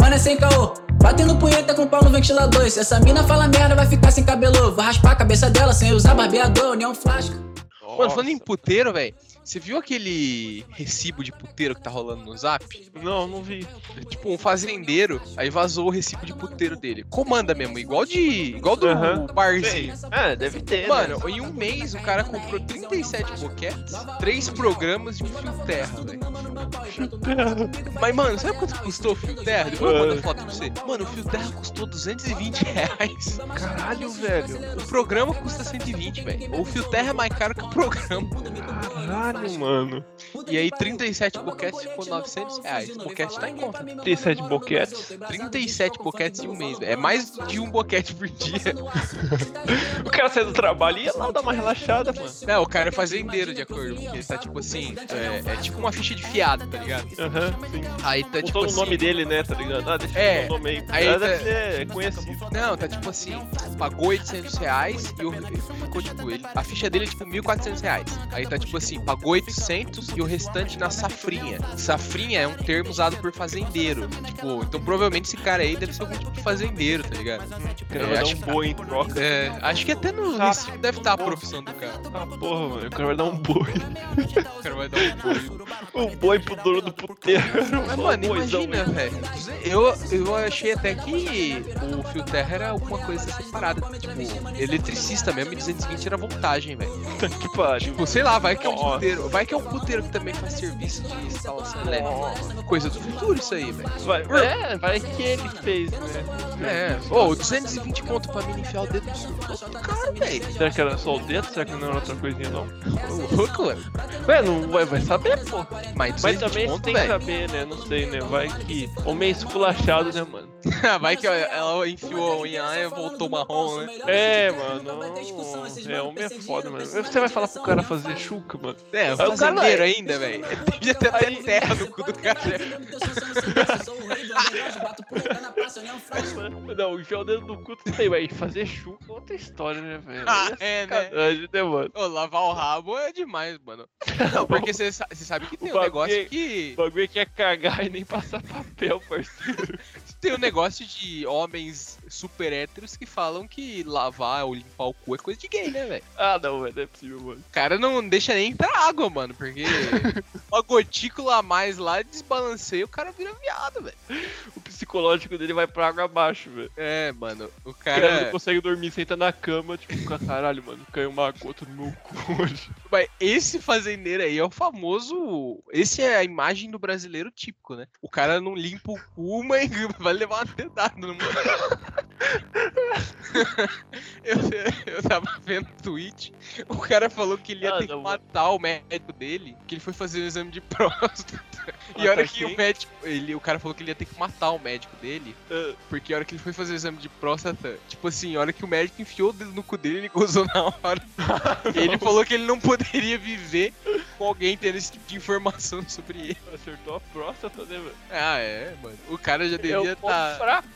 Speaker 4: mano é sem caô. Batendo punheta com pau no ventilador. Se essa mina fala merda, vai ficar sem cabelo. Vou raspar a cabeça dela sem usar barbeador. União Flasco.
Speaker 1: Mano, falando em puteiro, velho, você viu aquele recibo de puteiro que tá rolando no zap?
Speaker 2: Não, não vi.
Speaker 1: É Tipo, um fazendeiro, aí vazou o recibo de puteiro dele. Comanda mesmo, igual de. igual do
Speaker 2: Aham.
Speaker 1: barzinho.
Speaker 2: Ah, deve ter.
Speaker 1: Mano, em um mês o cara comprou 37 boquetes, 3 programas de fio terra, velho. Mas, mano, sabe quanto custou o fio terra? Depois eu
Speaker 2: Ah.
Speaker 1: mando a foto pra você. Mano, o fio terra custou 220 reais.
Speaker 2: Caralho, velho.
Speaker 1: O programa custa 120, velho. O fio terra é mais caro que o programa.
Speaker 2: Caralho, mano.
Speaker 1: E aí, 37 boquetes ficou 900 reais. O boquete tá em conta.
Speaker 2: 37 boquetes.
Speaker 1: 37 boquetes em um mês, velho. É mais de um boquete por dia.
Speaker 2: O cara sai do trabalho e ia lá dar uma relaxada, mano.
Speaker 1: Não, o cara é fazendeiro, de acordo. Porque ele tá tipo assim, é, é tipo uma ficha de fiado, tá ligado?
Speaker 2: Aham, sim.
Speaker 1: Aí tá tipo
Speaker 2: Botou o
Speaker 1: assim.
Speaker 2: nome dele, né, tá ligado? Ah, deixa
Speaker 1: É,
Speaker 2: eu botar o nome aí.
Speaker 1: aí
Speaker 2: Ah,
Speaker 1: tá-
Speaker 2: deve ser conhecido.
Speaker 1: Não, tá tipo assim, pagou 800 reais e o, ficou tipo, ele, a ficha dele é tipo 1.400 reais. Aí tá tipo assim, pagou 800 e o restante na safrinha. Safrinha é um termo usado por fazendeiro. Tipo, então provavelmente esse cara aí deve ser algum tipo de fazendeiro, tá ligado?
Speaker 2: O cara vai dar
Speaker 1: acho-
Speaker 2: um boi em troca.
Speaker 1: É, acho que até no recibo deve estar a profissão do cara.
Speaker 2: Ah, porra, mano. O cara vai dar um boi.
Speaker 1: O cara vai dar um boi.
Speaker 2: O boi pro dono do puteiro.
Speaker 1: Mas, mano,
Speaker 2: Um boizão,
Speaker 1: imagina, velho. Eu, eu achei até que o fio terra era alguma coisa separada. Tipo, eletricista mesmo e 220 era voltagem, velho.
Speaker 2: Que pariu.
Speaker 1: Tipo, sei lá, vai que é um
Speaker 2: Nossa.
Speaker 1: puteiro puteiro. Vai que é um puteiro que também faz serviço de instalação elétrica. Coisa do futuro isso aí, velho.
Speaker 2: Vai, é, vai que ele fez, né?
Speaker 1: É. Ô, 220 conto pra mim enfiar o dedo no surto do cara, velho.
Speaker 2: Será que era só o dedo? Será que não era outra coisinha, não?
Speaker 1: Ô, louco, velho.
Speaker 2: Ué, não vai, vai saber, pô.
Speaker 1: Mas
Speaker 2: Mas
Speaker 1: 220
Speaker 2: também
Speaker 1: conto,
Speaker 2: tem que
Speaker 1: velho.
Speaker 2: saber, né? Não sei, né? Vai que. Homem esculachado, né, mano?
Speaker 1: Ah, Vai que ela- ela enfiou a unha lá e voltou marrom, né?
Speaker 2: É,
Speaker 4: tipo
Speaker 2: mano. É, homem é foda, mano. Você vai falar pro cara fazer chuca, mano?
Speaker 1: É,
Speaker 2: cara-
Speaker 1: fazendeiro ainda, velho. Devia ter até
Speaker 2: Aí-
Speaker 1: terra no cu do cara. né?
Speaker 2: Não, enfiar o dedo no cu, tudo bem, mas fazer chuca é outra história, né, velho?
Speaker 1: Ah, é, né?
Speaker 2: Sacanagem, né, mano?
Speaker 1: Ô, lavar o rabo é demais, mano. Não, porque você sa- você sabe que tem um
Speaker 2: Uma
Speaker 1: negócio
Speaker 2: vez-
Speaker 1: que.
Speaker 2: O bagulho aqui é cagar e nem passar papel, parceiro.
Speaker 1: Tem um negócio de homens super héteros que falam que lavar ou limpar o cu é coisa de gay, né, velho?
Speaker 2: Ah, não, velho, não é possível, mano.
Speaker 1: O cara não deixa nem entrar água, mano, porque uma gotícula a mais lá desbalanceia e o cara vira viado, velho.
Speaker 2: O psicológico dele vai pra água abaixo, velho.
Speaker 1: É, mano, o
Speaker 2: O
Speaker 1: cara.
Speaker 2: cara não consegue dormir, senta na cama, tipo, fica, caralho, mano, caiu uma gota no meu cu hoje.
Speaker 1: Mas esse fazendeiro aí é o famoso. Esse é a imagem do brasileiro típico, né? O cara não limpa o cu, mas vai levar uma dedada no mundo. eu, eu tava vendo o tweet, o cara falou que ele ia
Speaker 2: Ah,
Speaker 1: ter que
Speaker 2: não.
Speaker 1: matar o médico dele, que ele foi fazer um exame de próstata. E
Speaker 2: Matar
Speaker 1: a hora que
Speaker 2: quem?
Speaker 1: o médico. Ele, o cara falou que ele ia ter que matar o médico dele,
Speaker 2: Ah,
Speaker 1: porque a hora que ele foi fazer o exame de próstata, tipo assim, a hora que o médico enfiou o dedo no cu dele, ele gozou na hora. E ele falou que ele não poderia viver com alguém tendo esse tipo de informação sobre ele.
Speaker 2: Acertou a próstata, né, velho?
Speaker 1: Ah, é, mano. O cara já
Speaker 2: É
Speaker 1: devia tá
Speaker 2: o ponto
Speaker 1: estar.
Speaker 2: fraco.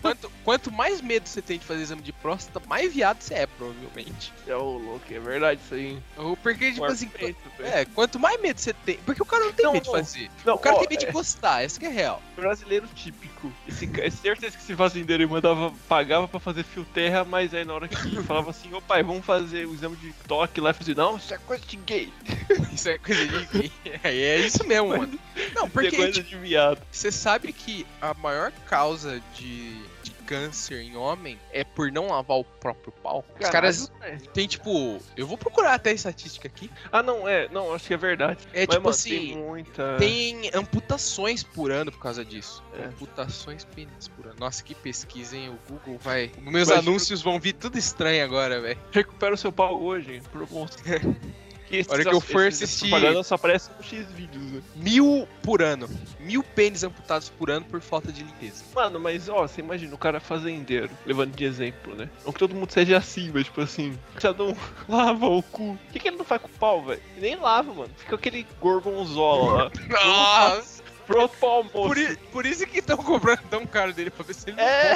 Speaker 1: Quanto, quanto mais medo você tem de fazer exame de próstata, mais viado você é, provavelmente.
Speaker 2: É o louco, é verdade isso aí. hein?
Speaker 1: Ou Porque, tipo
Speaker 2: Maior
Speaker 1: assim.
Speaker 2: peito, velho.
Speaker 1: É, quanto mais medo você tem. Porque o cara não tem
Speaker 2: né? Não,
Speaker 1: medo de
Speaker 2: não.
Speaker 1: fazer.
Speaker 2: Não,
Speaker 1: O cara
Speaker 2: ó,
Speaker 1: tem medo de gostar, essa que é real.
Speaker 2: é brasileiro típico. Esse, ca- é certeza que esse fazendeiro ele mandava, pagava pra fazer fio terra, mas aí na hora que falava assim, ô pai, vamos fazer o exame de toque lá, ele falou assim, não, isso é coisa de gay.
Speaker 1: Isso é coisa de ninguém. É, é isso mesmo, mano. Não,
Speaker 2: Isso é
Speaker 1: porque, tipo,
Speaker 2: coisa de viado.
Speaker 1: Você sabe que a maior causa de, de câncer em homem é por não lavar o próprio pau? Os caras
Speaker 2: Caralho. é.
Speaker 1: têm, tipo. Eu vou procurar até a estatística aqui.
Speaker 2: Ah, não, é, não, acho que é verdade.
Speaker 1: É
Speaker 2: Mas,
Speaker 1: tipo
Speaker 2: mano,
Speaker 1: assim.
Speaker 2: Tem muita.
Speaker 1: Tem amputações por ano por causa disso.
Speaker 2: É.
Speaker 1: Amputações penis por ano. Nossa, que pesquisa, hein? O Google vai. Meus
Speaker 2: Mas-
Speaker 1: anúncios vão vir tudo estranho agora, velho.
Speaker 2: Recupera o seu pau hoje, proposto. Que esses-
Speaker 1: Hora que eu for
Speaker 2: esses
Speaker 1: assistir-
Speaker 2: propaganda só aparece no X vídeos, né?
Speaker 1: Mil por ano. Mil pênis amputados por ano por falta de limpeza.
Speaker 2: Mano, mas ó, você imagina o cara fazendeiro, levando de exemplo, né? Não que todo mundo seja assim, mas tipo assim, já não lava o cu. Por que, que ele não faz com o pau, velho? Ele Nem lava, mano. Fica aquele gorgonzola lá.
Speaker 1: Nossa!
Speaker 2: Pronto pro almoço.
Speaker 1: Por, i- por isso que estão cobrando tão caro dele pra ver se ele.
Speaker 2: É!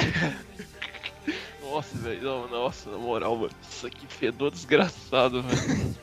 Speaker 2: Nossa, velho. não, Nossa, na moral, mano. Isso aqui fedor desgraçado, velho.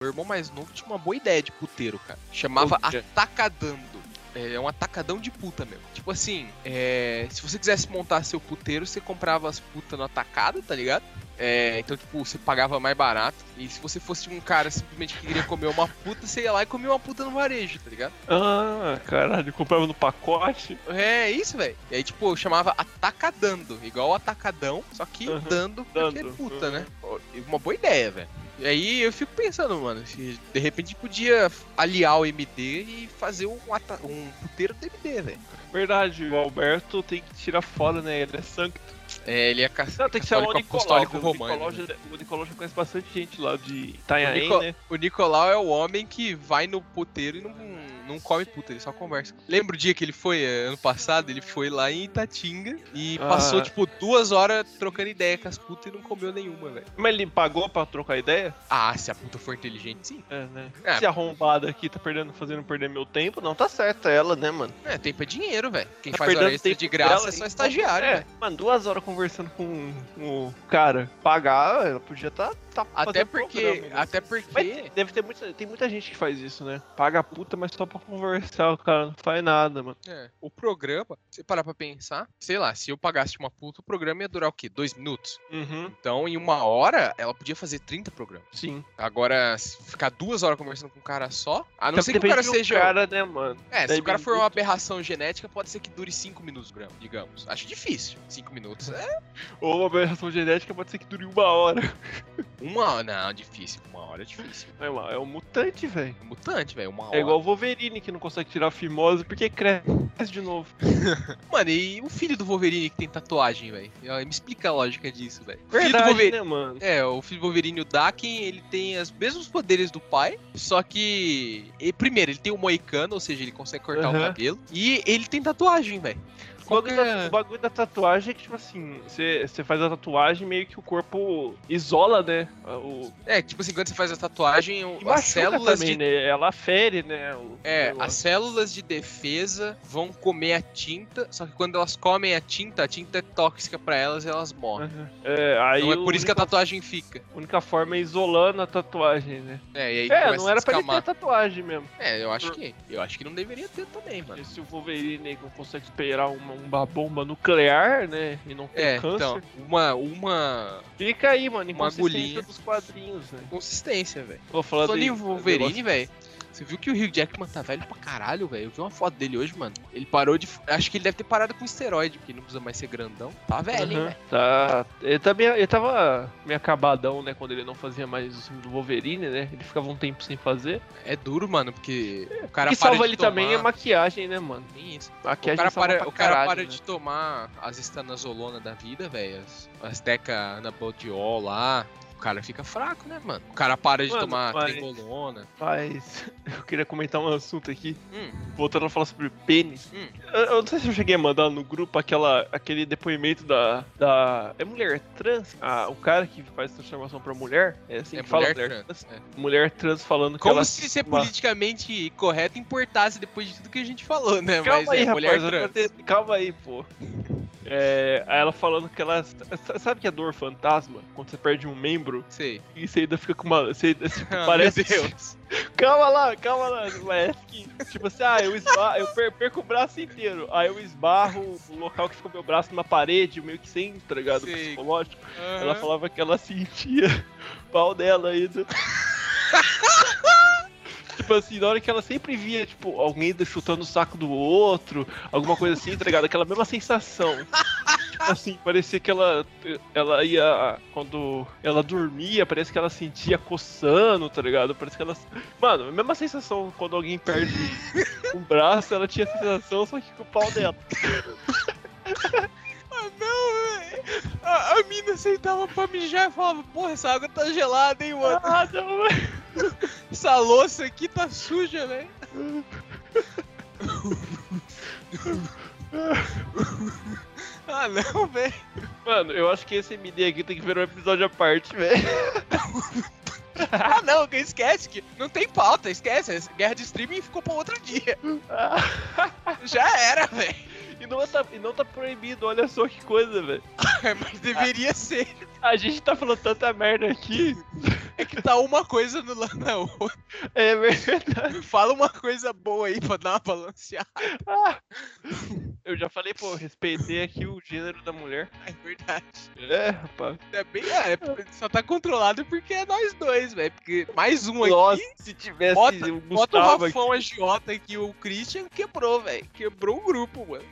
Speaker 1: Meu irmão mais novo tinha uma boa ideia de puteiro, cara. Chamava
Speaker 2: Puta.
Speaker 1: Atacadando. É é um atacadão de puta mesmo. Tipo assim, é, se você quisesse montar seu puteiro, você comprava as putas no atacado, tá ligado? É, então, tipo, você pagava mais barato. E se você fosse um cara simplesmente que queria comer uma puta, você ia lá e comia uma puta no varejo, tá ligado?
Speaker 2: Ah, caralho, comprava no pacote.
Speaker 1: É isso, velho. E aí, tipo, eu chamava Atacadando. Igual o Atacadão, só que
Speaker 2: Aham.
Speaker 1: dando porque é
Speaker 2: Dando.
Speaker 1: puta,
Speaker 2: Uhum.
Speaker 1: né? Ó, e Uma boa ideia, velho. E aí eu fico pensando, mano, se de repente podia aliar o MD e fazer um, ata- um puteiro do MD, velho.
Speaker 2: Verdade, o Alberto tem que tirar fora, né? Ele é santo.
Speaker 1: É, ele ia caçar.
Speaker 2: Não, tem que um chamar o Nicolau.
Speaker 1: apostólico
Speaker 2: porque O
Speaker 1: romano,
Speaker 2: Nicolau,
Speaker 1: né?
Speaker 2: já, o Nicolau já um conhece bastante gente lá de Itanhaém,
Speaker 1: O Nico-
Speaker 2: né?
Speaker 1: O Nicolau é o homem que vai no puteiro e não, não come puta, ele só conversa. Lembra o dia que ele foi, eh, ano passado? Ele foi lá em Itatinga e
Speaker 2: Ah.
Speaker 1: passou, tipo, duas horas trocando ideia com as putas e não comeu nenhuma, velho.
Speaker 2: Mas ele pagou pra trocar ideia?
Speaker 1: Ah, se a puta for inteligente, sim.
Speaker 2: É, né?
Speaker 1: É.
Speaker 2: Esse arrombado aqui tá perdendo, fazendo perder meu tempo. Não, tá certo, é ela, né, mano?
Speaker 1: É, tempo é dinheiro, velho. Quem
Speaker 2: Tá
Speaker 1: faz hora
Speaker 2: perdendo
Speaker 1: extra
Speaker 2: tempo
Speaker 1: de graça
Speaker 2: dela,
Speaker 1: é só
Speaker 2: hein?
Speaker 1: estagiário,
Speaker 2: é,
Speaker 1: velho.
Speaker 2: mano, duas horas conversando com, com o cara. Pagar, ela podia tá, tá
Speaker 1: Até
Speaker 2: fazendo
Speaker 1: porque.
Speaker 2: programa, né?
Speaker 1: até
Speaker 2: Mas
Speaker 1: porque.
Speaker 2: deve ter muita, tem muita gente que faz isso, né? Paga a puta, mas só pra pra conversar, o cara não faz nada, mano.
Speaker 1: É, o programa, se parar pra pensar, sei lá, se eu pagasse uma puta, o programa ia durar o quê? Dois minutos?
Speaker 2: Uhum,
Speaker 1: Então, em uma hora, ela podia fazer 30 programas.
Speaker 2: sim.
Speaker 1: Agora, se ficar duas horas conversando com um cara só, a não
Speaker 2: Então,
Speaker 1: ser que o
Speaker 2: depende
Speaker 1: cara
Speaker 2: do
Speaker 1: seja.
Speaker 2: cara, né, mano?
Speaker 1: É, se o cara for
Speaker 2: Depende
Speaker 1: uma
Speaker 2: do-
Speaker 1: aberração genética, pode ser que dure 5 minutos o programa, digamos. Acho difícil. 5 minutos é
Speaker 2: Ou uma aberração genética pode ser que dure uma hora.
Speaker 1: uma hora. Não, difícil. Uma hora é difícil.
Speaker 2: É, uma- é um mutante, velho.
Speaker 1: É mutante, velho. Uma hora.
Speaker 2: É igual o Wolverine que não consegue tirar a fimose porque cresce de novo.
Speaker 1: Mano, e o filho do Wolverine que tem tatuagem, velho? É, Me explica a lógica disso, velho. O Filho do
Speaker 2: Verdade,
Speaker 1: Wolverine.
Speaker 2: né, mano?
Speaker 1: É, o filho do Wolverine, o Daken, ele tem os mesmos poderes do pai, só que. e, primeiro, ele tem o moicano, ou seja, ele consegue cortar o
Speaker 2: Aham.
Speaker 1: cabelo. E ele tem tatuagem, velho.
Speaker 2: O
Speaker 1: Qual
Speaker 2: bagulho,
Speaker 1: que
Speaker 2: da,
Speaker 1: é?
Speaker 2: o bagulho da tatuagem é que, tipo assim, você você faz a tatuagem meio que o corpo isola, né? O,
Speaker 1: É, tipo assim, quando você faz a tatuagem, o-
Speaker 2: e
Speaker 1: as
Speaker 2: machuca
Speaker 1: células
Speaker 2: também,
Speaker 1: de.
Speaker 2: né? Ela fere, né? o-
Speaker 1: É,
Speaker 2: o-
Speaker 1: as células de defesa vão comer a tinta, só que quando elas comem a tinta, a tinta é tóxica pra elas e elas morrem.
Speaker 2: Aham. É, aí
Speaker 1: Então é por isso que a
Speaker 2: a
Speaker 1: tatuagem fica.
Speaker 2: única forma é isolando a tatuagem, né?
Speaker 1: É, e aí
Speaker 2: é,
Speaker 1: começa
Speaker 2: não
Speaker 1: a
Speaker 2: era pra ele
Speaker 1: descamar.
Speaker 2: ter tatuagem mesmo.
Speaker 1: É, eu acho que. Eu acho que não deveria ter também, mano.
Speaker 2: Porque se o Wolverine não consegue esperar uma, uma bomba nuclear, né? E não tem
Speaker 1: É,
Speaker 2: câncer,
Speaker 1: então, uma, uma
Speaker 2: fica aí, mano,
Speaker 1: Uma
Speaker 2: inconsistência
Speaker 1: agulhinha.
Speaker 2: dos quadrinhos, né?
Speaker 1: consistência, velho.
Speaker 2: Vou falar
Speaker 1: Falando em
Speaker 2: desse
Speaker 1: Wolverine, velho. Você viu que o Hugh Jackman tá velho pra caralho, velho? Eu vi uma foto dele hoje, mano. Ele parou de. Acho que ele deve ter parado com esteroide, porque ele não precisa mais ser grandão. Tá velho, hein,
Speaker 2: Aham.
Speaker 1: velho?
Speaker 2: Tá. Ele, tá meio- ele tava meio acabadão, né? Quando ele não fazia mais o filme do Wolverine, né? Ele ficava um tempo sem fazer.
Speaker 1: É duro, mano, porque o
Speaker 2: O
Speaker 1: cara
Speaker 2: que
Speaker 1: para
Speaker 2: salva
Speaker 1: de
Speaker 2: ele
Speaker 1: tomar...
Speaker 2: também é maquiagem, né, mano?
Speaker 1: Nem isso. O
Speaker 2: Maquiagem
Speaker 1: cara,
Speaker 2: salva
Speaker 1: para,
Speaker 2: pra
Speaker 1: o cara
Speaker 2: caralho,
Speaker 1: para
Speaker 2: né?
Speaker 1: de tomar as estanazolona da vida, velho. As Azteca Anabodiol lá. O cara fica fraco, né, mano? O cara para de
Speaker 2: Mano,
Speaker 1: tomar
Speaker 2: mas-
Speaker 1: trengolona.
Speaker 2: Mas eu queria comentar um assunto aqui.
Speaker 1: Hum.
Speaker 2: Voltando a falar sobre pênis.
Speaker 1: Hum.
Speaker 2: Eu, eu não sei se eu cheguei a mandar no grupo aquela, aquele depoimento da, da. É mulher trans? Ah, o cara que faz transformação pra mulher. É assim
Speaker 1: É
Speaker 2: que fala
Speaker 1: mulher trans,
Speaker 2: Mulher trans falando que
Speaker 1: Como
Speaker 2: ela.
Speaker 1: se ser
Speaker 2: uma-
Speaker 1: politicamente correto importasse depois de tudo que a gente falou, né?
Speaker 2: Calma
Speaker 1: Mas
Speaker 2: aí,
Speaker 1: é
Speaker 2: rapaz,
Speaker 1: mulher
Speaker 2: eu
Speaker 1: trans.
Speaker 2: vou ter- Calma aí, pô. É, aí ela falando que ela. s- Sabe que é dor fantasma? Quando você perde um membro
Speaker 1: Sei.
Speaker 2: e você ainda fica com uma. Você, ainda, tipo,
Speaker 1: Ah,
Speaker 2: parece.
Speaker 1: Meu Deus.
Speaker 2: Calma lá, calma lá. Parece que. Tipo assim, ah, eu, esba... eu per- perco o braço inteiro. Aí eu esbarro o local que ficou meu braço numa parede, meio que sem, tá ligado?
Speaker 1: Sei.
Speaker 2: Psicológico. Ela
Speaker 1: Aham.
Speaker 2: falava que ela sentia o pau dela ainda. tipo assim, na hora que ela sempre via, tipo, alguém chutando o saco do outro, alguma coisa assim, tá ligado? Aquela mesma sensação. Tipo assim, parecia que ela, ela ia. Quando ela dormia, parece que ela sentia coçando, tá ligado? Parece que ela. Mano, a mesma sensação quando alguém perde um braço, ela tinha a sensação, só que com o pau dela.
Speaker 1: Ah, não, velho. A, a mina sentava pra mijar e falava, porra, essa água tá gelada, hein, mano.
Speaker 2: Ah, não,
Speaker 1: Essa louça aqui tá suja, velho. ah, não, velho.
Speaker 2: Mano, eu acho que esse MD aqui tem que virar um episódio à parte, velho.
Speaker 1: Ah, não, que esquece que não tem pauta, esquece. Essa Guerra de streaming ficou pra outro dia. Já era, velho.
Speaker 2: Ah, e, não tá, e não tá proibido, olha só que coisa, velho.
Speaker 1: Mas deveria ser.
Speaker 2: A gente tá falando tanta merda aqui.
Speaker 1: É que tá uma coisa no lá na outra.
Speaker 2: É verdade.
Speaker 1: Fala uma coisa boa aí pra dar uma balanceada.
Speaker 2: Eu já falei, pô, respeitei aqui o gênero da mulher.
Speaker 1: É verdade.
Speaker 2: É, rapaz.
Speaker 1: É bem. É, só tá controlado porque é nós dois, velho. Porque mais um aqui.
Speaker 2: Nossa, se tivesse
Speaker 1: Bota-
Speaker 2: o
Speaker 1: Bota o
Speaker 2: Gustavo aqui,
Speaker 1: Rafão agiota aqui, o Christian quebrou, velho. Quebrou o grupo, mano.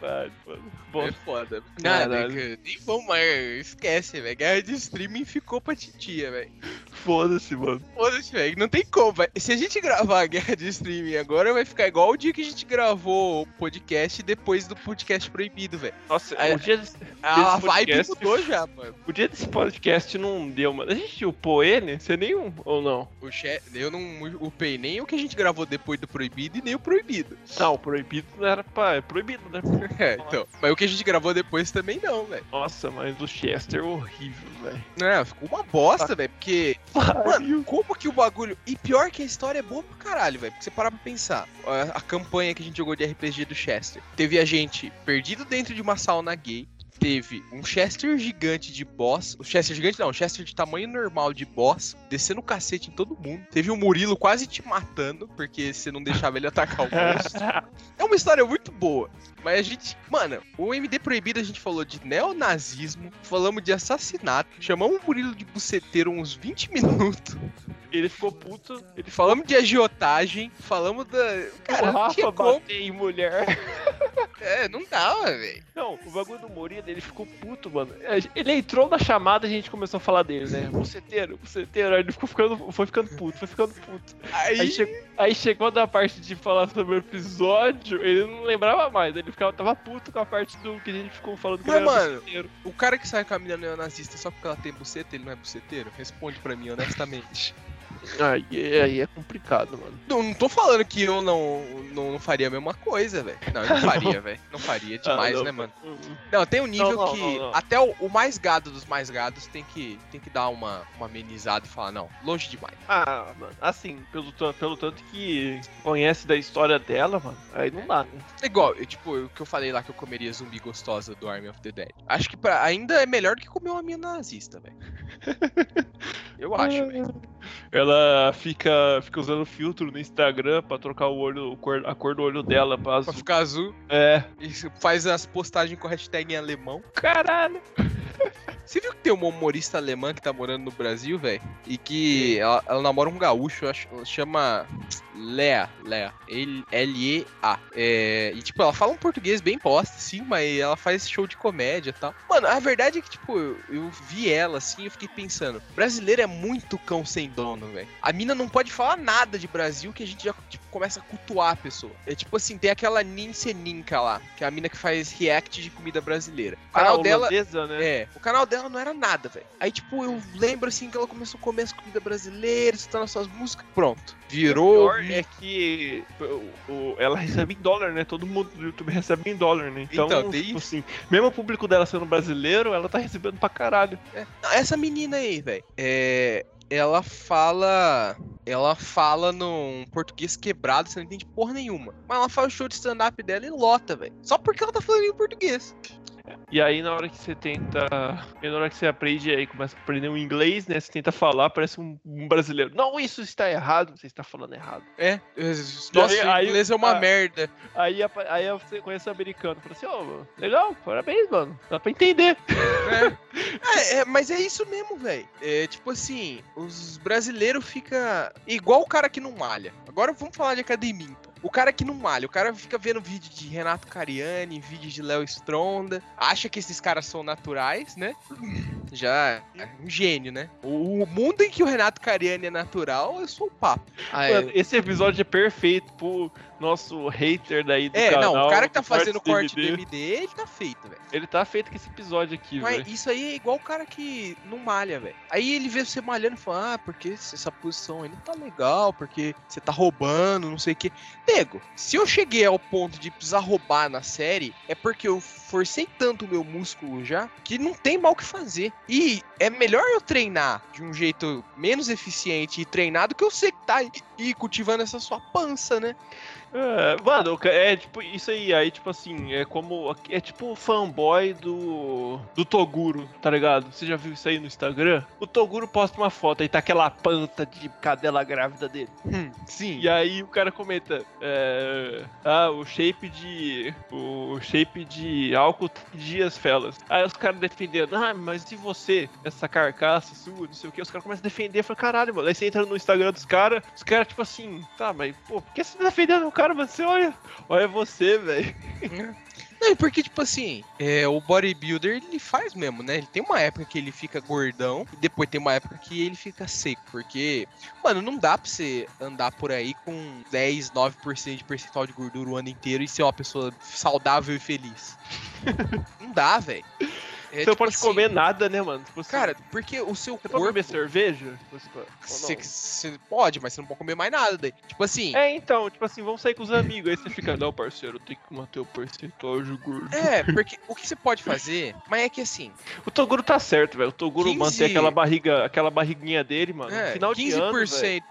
Speaker 2: cara, mano. Bom,
Speaker 1: É foda.
Speaker 2: Caralho.
Speaker 1: Nada, cara. nem vamos mais. Esquece, velho. Guerra de streaming ficou pra titia, velho.
Speaker 2: É. foda-se, mano.
Speaker 1: Foda-se, velho. Não tem como, velho. Se a gente gravar a guerra de streaming agora, vai ficar igual o dia que a gente gravou o podcast depois do podcast proibido, velho.
Speaker 2: Nossa,
Speaker 1: Aí-
Speaker 2: o dia, desse,
Speaker 1: A
Speaker 2: Esse
Speaker 1: vibe
Speaker 2: podcast-
Speaker 1: mudou já, mano.
Speaker 2: o dia desse podcast não deu, mano. A gente upou ele? Você nenhum ou não?
Speaker 1: O che... Eu não upei nem o que a gente gravou depois do proibido e nem o proibido.
Speaker 2: Não, o proibido não era pra. É proibido, né?
Speaker 1: É, então. Mas o que a gente gravou depois também não, velho.
Speaker 2: Nossa, mas o Chester é horrível, velho.
Speaker 1: É, ficou uma bosta,
Speaker 2: Tá.
Speaker 1: velho. Porque, mano, como que o bagulho. E pior que a história é boa pra caralho, velho. Porque você parar pra pensar. A, a campanha que a gente jogou de RPG do Chester. Teve a gente perdido dentro de uma sauna gay. teve um Chester gigante de boss. O Chester gigante não, o Chester de tamanho normal de boss, descendo o cacete em todo mundo. Teve o Murilo quase te matando, porque você não deixava ele atacar o monstro. É uma história muito boa. Mas a gente. Mano, o MD Proibido a gente falou de neonazismo, falamos de assassinato, chamamos o Murilo de buceteiro uns 20 minutos,
Speaker 2: Ele ficou puto. Ele
Speaker 1: falamos de agiotagem, falamos da. Cara,
Speaker 2: o
Speaker 1: não tinha
Speaker 2: Rafa
Speaker 1: como.
Speaker 2: bateu "Ah, em mulher.
Speaker 1: É, não dava, velho.
Speaker 2: Não, o bagulho do Morida, ele ficou puto, mano. É, Ele entrou na chamada e a gente começou a falar dele, né? Buceteiro, buceteiro. Aí ele ficou ficando, foi ficando puto, foi ficando puto. Aí,
Speaker 1: Aí.
Speaker 2: che- aí chegou da parte de falar sobre o episódio, ele não lembrava mais. Ele ficava, tava puto com a parte do que a gente ficou falando que
Speaker 1: Mas,
Speaker 2: ele era
Speaker 1: mano,
Speaker 2: buceteiro.
Speaker 1: O cara que sai com a mina neonazista só porque ela tem buceta, ele não é buceteiro? Responde pra mim, honestamente.
Speaker 2: Aí, aí é complicado, mano.
Speaker 1: Não, não tô falando que eu não, não, não faria a mesma coisa, velho. Não, eu não faria, velho. Não faria demais,
Speaker 2: Ah, não,
Speaker 1: né, mano? Não, tem um nível
Speaker 2: Não, não,
Speaker 1: que
Speaker 2: não, não.
Speaker 1: até o, o mais gado dos mais gados tem que, tem que dar uma, uma amenizada e falar, não, longe demais.
Speaker 2: Ah, mano, assim, pelo, tan- pelo tanto que conhece da história dela, mano, aí não dá. né?
Speaker 1: É Igual, eu, tipo, o que eu falei lá que eu comeria zumbi gostosa do Army of the Dead. Acho que pra, ainda é melhor do que comer uma mina nazista, velho. Ah, eu acho, velho.
Speaker 2: Ela fica, fica usando filtro no Instagram pra trocar o olho, o cor- a cor do olho dela pra
Speaker 1: Pra
Speaker 2: azul.
Speaker 1: ficar azul,
Speaker 2: É.
Speaker 1: e faz as postagens com hashtag em alemão.
Speaker 2: Caralho!
Speaker 1: Você viu que tem uma humorista alemã que tá morando no Brasil, velho? E que ela, ela namora um gaúcho, eu acho- chama Lea, Lea, L- L-E-A. É, e, tipo, ela fala um português bem bosta, sim, mas ela faz show de comédia e tal. Mano, a verdade é que, tipo, eu, eu vi ela, assim, eu fiquei pensando, brasileiro é muito cão sem dono, velho. A mina não pode falar nada de Brasil que a gente já, tipo, começa a cultuar a pessoa. É tipo assim, tem aquela Nince Ninca lá, que é a mina que faz react de comida brasileira.
Speaker 2: Ah,
Speaker 1: O canal dela...
Speaker 2: Holandesa, né?
Speaker 1: É, o canal dela não era nada, velho. Aí, tipo, eu lembro assim que ela começou a comer as comidas brasileiras, escutando as suas músicas. Pronto. Virou.
Speaker 2: O pior é que o- o- ela recebe em dólar, né? Todo mundo do YouTube recebe em dólar, né? Então,
Speaker 1: Então, tem
Speaker 2: tipo assim, mesmo o público dela sendo brasileiro, ela tá recebendo pra caralho.
Speaker 1: Não, Essa menina aí, velho. É. Ela fala. Ela fala num português quebrado, você não entende porra nenhuma. Mas ela faz o show de stand-up dela e lota, velho. Só porque ela tá falando em português.
Speaker 2: E aí, na hora que você tenta. e na hora que você aprende aí, começa a aprender um inglês, né? Você tenta falar, parece um, um brasileiro. Não, isso está errado, você está falando errado.
Speaker 1: É. Nossa,
Speaker 2: aí-
Speaker 1: o
Speaker 2: aí-
Speaker 1: inglês é uma
Speaker 2: ah.
Speaker 1: merda.
Speaker 2: Aí, apa- aí você conhece o americano, fala assim: Ô, legal, parabéns, mano. Dá pra entender.
Speaker 1: É, é, mas é isso mesmo, velho. É tipo assim, os brasileiros fica igual o cara que não malha. Agora vamos falar de academia, então. O cara que não malha, o cara fica vendo vídeo de Renato Cariani, vídeo de Léo Stronda, acha que esses caras são naturais, né? Já é um gênio, né? O, o mundo em que o Renato Cariani é natural, eu sou o papo. Ah,
Speaker 2: Mano, esse episódio é perfeito pro nosso hater daí do
Speaker 1: é,
Speaker 2: canal.
Speaker 1: não, o cara que tá
Speaker 2: do Cortes
Speaker 1: fazendo corte do
Speaker 2: DVD.
Speaker 1: MD, ele tá feito, velho.
Speaker 2: Ele tá feito com esse episódio aqui,
Speaker 1: Mas
Speaker 2: velho.
Speaker 1: isso aí é igual o cara que não malha, velho. Aí ele vê você malhando e fala, ah, porque essa posição aí não tá legal, porque você tá roubando, não sei o quê. Nego, se eu cheguei ao ponto de precisar roubar na série, é porque eu forcei tanto o meu músculo já que não tem mal o que fazer. E é melhor eu treinar de um jeito menos eficiente e treinado que eu sei que tá e cultivando essa sua pança, né?
Speaker 2: É, mano, o ca- é tipo isso aí. Aí, tipo assim, é como. É tipo o fanboy do. Do Toguro, tá ligado? Você já viu isso aí no Instagram? O Toguro posta uma foto aí tá aquela panta de cadela grávida dele.
Speaker 1: Hum, sim.
Speaker 2: E aí o cara comenta, é, ah, o shape de o shape de álcool tá dias felas. Aí os caras defendendo, ah, mas e você, essa carcaça sua, não sei o que, os caras começam a defender, foi caralho, mano. Aí você entra no Instagram dos caras, os caras tipo assim, tá, mas pô, por que você tá defendendo o cara, mano? Você olha, olha você, velho.
Speaker 1: Não, e porque, tipo assim, é, o bodybuilder ele faz mesmo, né? Ele tem uma época que ele fica gordão e depois tem uma época que ele fica seco. Porque, mano, não dá pra você andar por aí com 10, 9% de percentual de gordura o ano inteiro e ser uma pessoa saudável e feliz. não dá, velho. É
Speaker 2: Você
Speaker 1: tipo
Speaker 2: não pode
Speaker 1: assim,
Speaker 2: comer nada, né, mano? Tipo assim,
Speaker 1: Cara, porque o seu
Speaker 2: você pode
Speaker 1: corpo.
Speaker 2: comer cerveja? Tipo assim, ou não?
Speaker 1: Você você pode, mas você não pode comer mais nada daí. Tipo assim.
Speaker 2: É, então, tipo assim, vamos sair com os amigos. Aí você fica, não, parceiro, eu tenho que manter o percentual de gordo.
Speaker 1: É, porque o que você pode fazer, mas é que assim,
Speaker 2: O Toguro tá certo, velho. O Toguro
Speaker 1: 15
Speaker 2: mantém aquela barriga, aquela barriguinha dele, mano.
Speaker 1: é,
Speaker 2: no final de ano, velho.